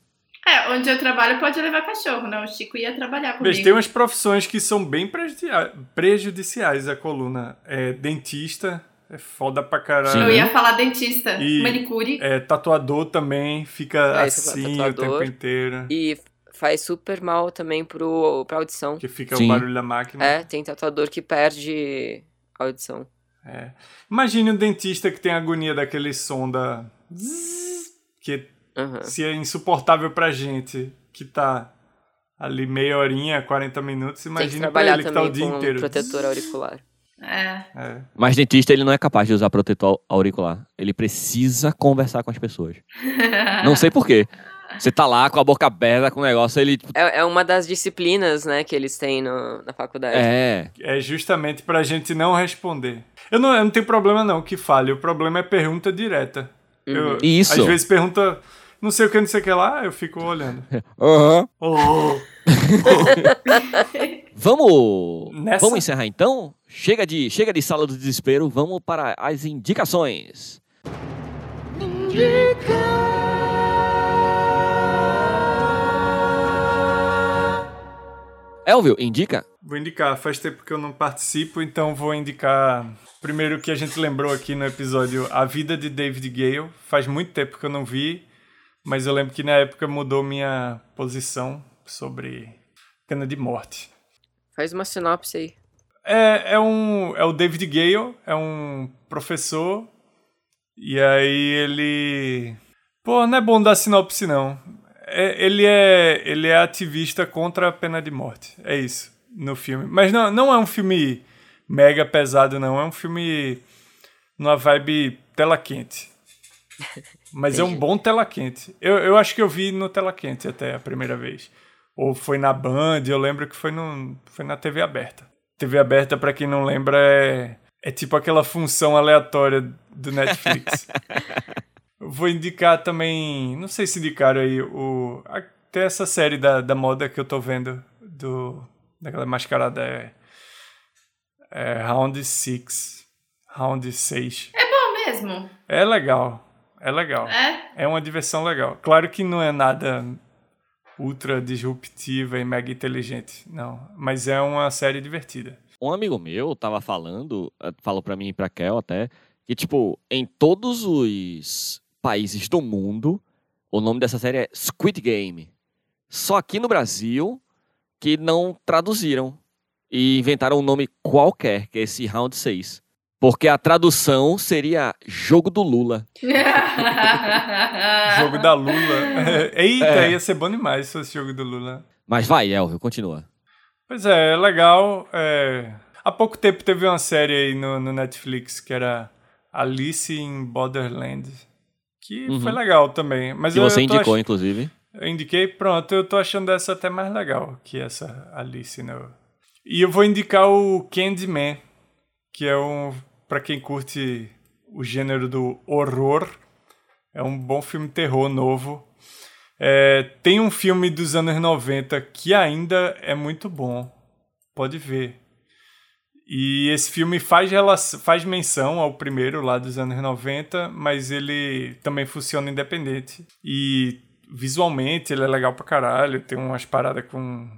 Speaker 2: É, onde eu trabalho pode levar cachorro, né? O Chico ia trabalhar comigo.
Speaker 1: Mas tem um umas profissões que são bem prejudia- prejudiciais à coluna. É, dentista, é foda pra
Speaker 4: Sim.
Speaker 1: caralho.
Speaker 2: Eu ia falar dentista,
Speaker 1: Uhum. E-
Speaker 2: manicure.
Speaker 1: É, tatuador também, fica
Speaker 3: É, isso,
Speaker 1: assim o
Speaker 3: tatuador.
Speaker 1: tempo inteiro.
Speaker 3: e faz super mal também pro, pra audição.
Speaker 1: Porque fica
Speaker 4: Sim.
Speaker 1: o barulho da máquina.
Speaker 3: É, tem tatuador que perde a audição.
Speaker 1: É. Imagine um dentista que tem a agonia daquele som da... Zzz, Que
Speaker 3: Aham.
Speaker 1: se é insuportável pra gente, que tá ali meia horinha, 40 minutos,
Speaker 3: Tem que
Speaker 1: imagina pra
Speaker 3: trabalhar
Speaker 1: ele que tá o
Speaker 3: também
Speaker 1: dia
Speaker 3: com
Speaker 1: inteiro.
Speaker 3: protetor auricular.
Speaker 2: É.
Speaker 1: É.
Speaker 4: Mas dentista, ele não é capaz de usar protetor auricular. Ele precisa conversar com as pessoas. Não sei porquê. Você tá lá com a boca aberta com o negócio, ele. tipo,
Speaker 3: É, é uma das disciplinas, né, que eles têm no- na faculdade.
Speaker 4: É.
Speaker 1: É justamente pra gente não responder. Eu não, eu não tenho problema não que fale, o problema é pergunta direta.
Speaker 3: Uhum.
Speaker 1: Eu-
Speaker 4: Isso.
Speaker 1: Às vezes pergunta, não sei o que, não sei o que lá, eu fico olhando.
Speaker 4: Aham.
Speaker 1: Oh,
Speaker 4: Vamos.
Speaker 1: Nessa-
Speaker 4: Vamos encerrar então? Chega de, chega de sala do desespero, vamos para as indicações. Elvio, indica?
Speaker 1: vou indicar, faz tempo que eu não participo, então vou indicar primeiro o que a gente lembrou aqui no episódio A Vida de David Gale. Faz muito tempo que eu não vi, mas eu lembro que na época mudou minha posição sobre pena de morte.
Speaker 3: Faz uma sinopse aí.
Speaker 1: É, é um. É o David Gale, é um professor. E aí ele. Pô, não é bom dar sinopse, não. É, ele, é, ele é ativista contra a pena de morte. É isso, no filme. Mas não, não é um filme mega pesado, não. É um filme numa vibe tela quente. Mas é um bom tela quente. Eu, eu acho que eu vi no tela quente até a primeira vez. Ou foi na Band, eu lembro que foi, no, foi na TV aberta. TV aberta, pra quem não lembra, é, é tipo aquela função aleatória do Netflix. Eu Vou indicar também, não sei se indicaram aí, o, até essa série da, da moda que eu tô vendo, do, daquela mascarada, é, é Round 6, Round 6.
Speaker 2: Não mesmo.
Speaker 1: É legal, é legal.
Speaker 2: É.
Speaker 1: É uma diversão legal. Claro que não é nada ultra disruptiva e mega inteligente, não. Mas é uma série divertida.
Speaker 4: Um amigo meu tava falando, eh, falou pra mim e pra Kel até, que, tipo, em todos os países do mundo, o nome dessa série é Squid Game. Só aqui no Brasil que não traduziram e inventaram um nome qualquer, que é esse Round 6. Porque a tradução seria Jogo do Lula.
Speaker 1: Jogo da Lula. Eita,
Speaker 4: Ah. É.
Speaker 1: ia ser bom demais se fosse jogo do Lula.
Speaker 4: Mas vai, Elvio, continua.
Speaker 1: Pois é, é legal. é. Há pouco tempo teve uma série aí no, no Netflix que era Alice in Borderland. Que
Speaker 4: Uhum.
Speaker 1: foi legal também. Mas
Speaker 4: Que
Speaker 1: eu,
Speaker 4: você
Speaker 1: eu tô
Speaker 4: indicou,
Speaker 1: ach-
Speaker 4: inclusive.
Speaker 1: Eu indiquei, pronto, eu tô achando essa até mais legal que essa Alice no. E eu vou indicar o Candyman, que é um. Pra quem curte o gênero do horror, é um bom filme terror novo. É, tem um filme dos anos 90 que ainda é muito bom. Pode ver. E esse filme faz, rela- faz menção ao primeiro lá dos anos 90, mas ele também funciona independente. E visualmente ele é legal pra caralho, tem umas paradas com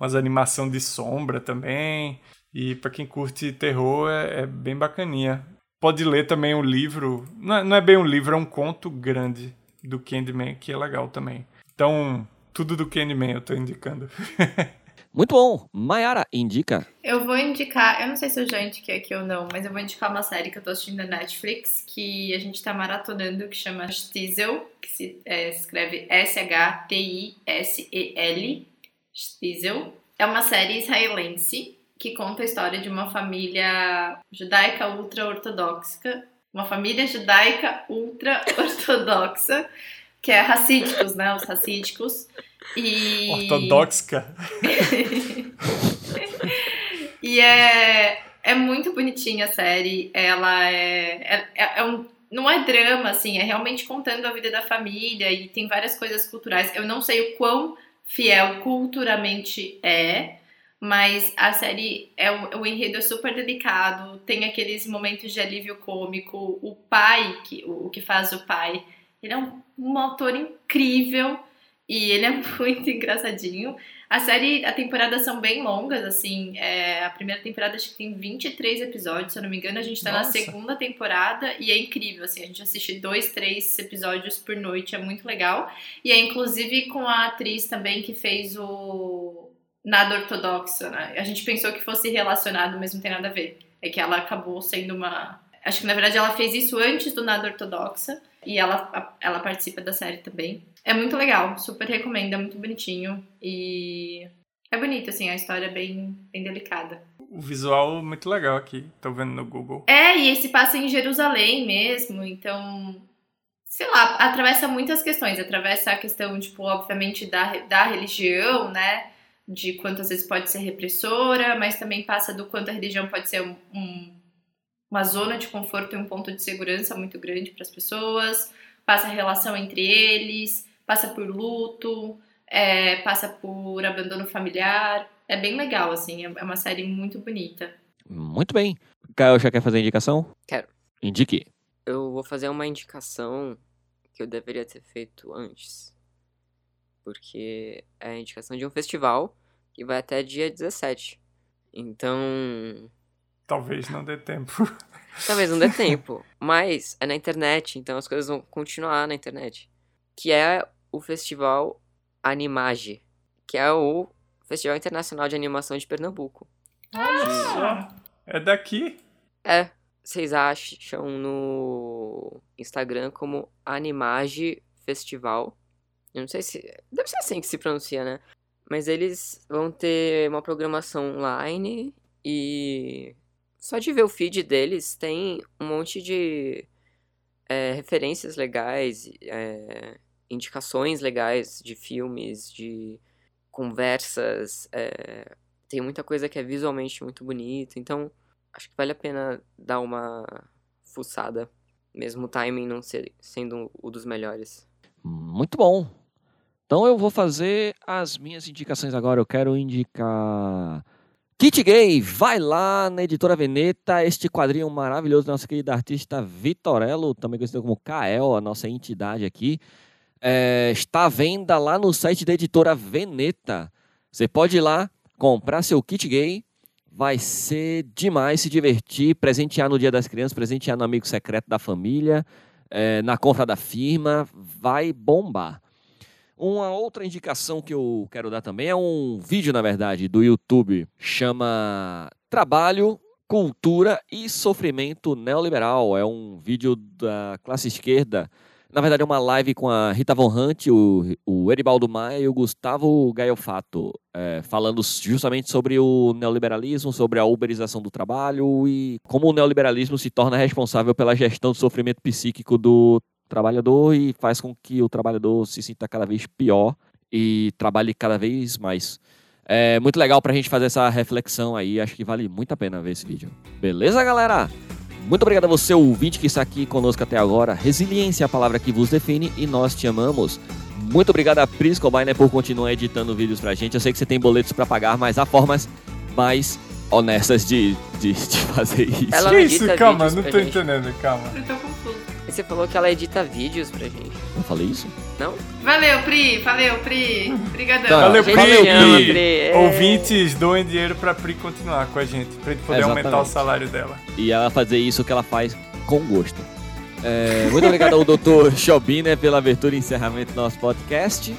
Speaker 1: umas animação de sombra também. E pra quem curte terror é, é bem bacaninha. Pode ler também o livro, não é, não é bem um livro, é um conto grande do Candyman, que é legal também. Então, tudo do Candyman eu tô indicando.
Speaker 4: Muito bom. Maiara, indica.
Speaker 2: Eu vou indicar, eu não sei se eu já indiquei aqui ou não, mas eu vou indicar uma série que eu tô assistindo na Netflix, que a gente tá maratonando, que chama Stiesel, que se é, escreve S-H-T-I-S-E-L. Stiesel. É uma série israelense que conta a história de uma família judaica ultra-ortodoxa. Uma família judaica ultra-ortodoxa que é racídicos, né? Os racídicos. E...
Speaker 1: Ortodoxa.
Speaker 2: E é, é muito bonitinha a série. Ela é. é, é um, não é drama, assim, é realmente contando a vida da família e tem várias coisas culturais. Eu não sei o quão fiel culturalmente é, mas a série é o, o enredo é super delicado, tem aqueles momentos de alívio cômico. O pai, que, o, o que faz o pai, ele é um, um autor incrível e ele é muito engraçadinho. A série, a temporada são bem longas, assim. é, a primeira temporada acho que tem 23 episódios, se eu não me engano. A gente tá na
Speaker 1: Nossa.
Speaker 2: segunda temporada e é incrível, assim. A gente assiste dois, três episódios por noite, é muito legal. E é inclusive com a atriz também que fez o Nada Ortodoxa, né? A gente pensou que fosse relacionado, mas não tem nada a ver. É que ela acabou sendo uma. Acho que na verdade ela fez isso antes do Nada Ortodoxa e ela, a- ela participa da série também. É muito legal, super recomendo, é muito bonitinho e é bonito, assim, a história é bem, bem delicada.
Speaker 1: O visual muito legal aqui. Tô vendo no Google.
Speaker 2: É, e esse passa em Jerusalém mesmo, então, sei lá, atravessa muitas questões. Atravessa a questão, tipo, obviamente da, re- da religião, né? De quanto às vezes pode ser repressora, mas também passa do quanto a religião pode ser um- um- uma zona de conforto e um ponto de segurança muito grande para as pessoas. Passa a relação entre eles, passa por luto, é, passa por abandono familiar. É bem legal, assim, é é uma série muito bonita.
Speaker 4: Muito bem. Caio, já quer fazer a indicação?
Speaker 3: Quero.
Speaker 4: Indique.
Speaker 3: Eu vou fazer uma indicação que eu deveria ter feito antes. Porque é a indicação de um festival que vai até dia 17. Então,
Speaker 1: Talvez não dê tempo.
Speaker 3: Talvez não dê tempo. Mas é na internet, então as coisas vão continuar na internet. Que é o festival Animage, que é o Festival Internacional de Animação de Pernambuco.
Speaker 1: Só. É daqui.
Speaker 3: É, vocês acham no Instagram como Animage Festival. Eu não sei se. Deve ser assim que se pronuncia, né? Mas eles vão ter uma programação online e. Só de ver o feed deles tem um monte de é, referências legais, é, indicações legais de filmes, de conversas. é, tem muita coisa que é visualmente muito bonito. Então, acho que vale a pena dar uma fuçada, mesmo o timing não ser, sendo o dos melhores.
Speaker 4: Muito bom. Então eu vou fazer as minhas indicações agora. Eu quero indicar. Kit Gay, vai lá na editora Veneta, este quadrinho maravilhoso da nossa querida artista Vitorello, também conhecido como Kael, a nossa entidade aqui, eh, está à venda lá no site da editora Veneta. Você pode ir lá comprar seu kit gay, vai ser demais se divertir, presentear no Dia das Crianças, presentear no amigo secreto da família é, na compra da firma, vai bombar. Uma outra indicação que eu quero dar também é um vídeo, na verdade, do YouTube. Chama Trabalho, Cultura e Sofrimento Neoliberal. É um vídeo da classe esquerda. Na verdade, é uma live com a Rita Von Hunt, o, o Eribaldo Maia e o Gustavo Gaiofato, é, falando justamente sobre o neoliberalismo, sobre a uberização do trabalho e como o neoliberalismo se torna responsável pela gestão do sofrimento psíquico do trabalhador e faz com que o trabalhador se sinta cada vez pior e trabalhe cada vez mais. É muito legal pra gente fazer essa reflexão aí, acho que vale muito a pena ver esse vídeo. Beleza, galera? Muito obrigado a você, ouvinte, que está aqui conosco até agora. Resiliência é a palavra que vos define e nós te amamos. Muito obrigado a Pris Cobainer por continuar editando vídeos pra gente. Eu sei que você tem boletos pra pagar, mas há formas mais honestas de, de, de fazer isso.
Speaker 3: Ela
Speaker 1: que
Speaker 3: não
Speaker 1: isso?
Speaker 3: edita
Speaker 1: Calma,
Speaker 3: vídeos
Speaker 1: não
Speaker 3: pra
Speaker 1: tô
Speaker 3: gente.
Speaker 1: entendendo, calma.
Speaker 2: Eu tô confusa.
Speaker 3: E você falou que ela edita vídeos pra gente.
Speaker 4: Eu falei isso?
Speaker 2: Valeu, Pri. Valeu, Pri. Obrigadão.
Speaker 4: Tá.
Speaker 1: Valeu,
Speaker 3: A gente
Speaker 1: Pri.
Speaker 3: te ama, Pri. É.
Speaker 1: Ouvintes, doem dinheiro pra Pri continuar com a gente, pra gente poder
Speaker 4: Exatamente.
Speaker 1: aumentar o salário dela.
Speaker 4: e ela fazer isso que ela faz com gosto. É, muito obrigado ao Dr. Chobin né, pela abertura e encerramento do nosso podcast.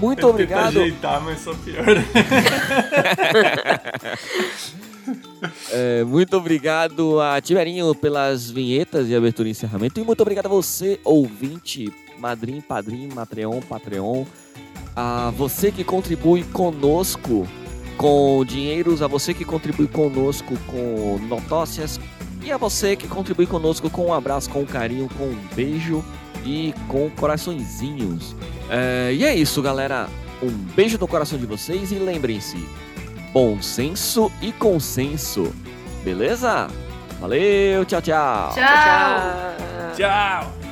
Speaker 4: Muito
Speaker 1: Tenta
Speaker 4: obrigado.
Speaker 1: ajeitar, mas só piora.
Speaker 4: É, muito obrigado a Tiberinho pelas vinhetas e abertura e encerramento. E muito obrigado a você, ouvinte, madrim, padrim, matreon, patreon. A você que contribui conosco com dinheiros, a você que contribui conosco com notócias e a você que contribui conosco com um abraço, com um carinho, com um beijo. e com coraçõezinhos. É, e é isso, galera. Um beijo no coração de vocês e lembrem-se: bom senso e consenso. Beleza? Valeu, tchau, tchau.
Speaker 2: Tchau!
Speaker 3: Tchau.
Speaker 1: Tchau!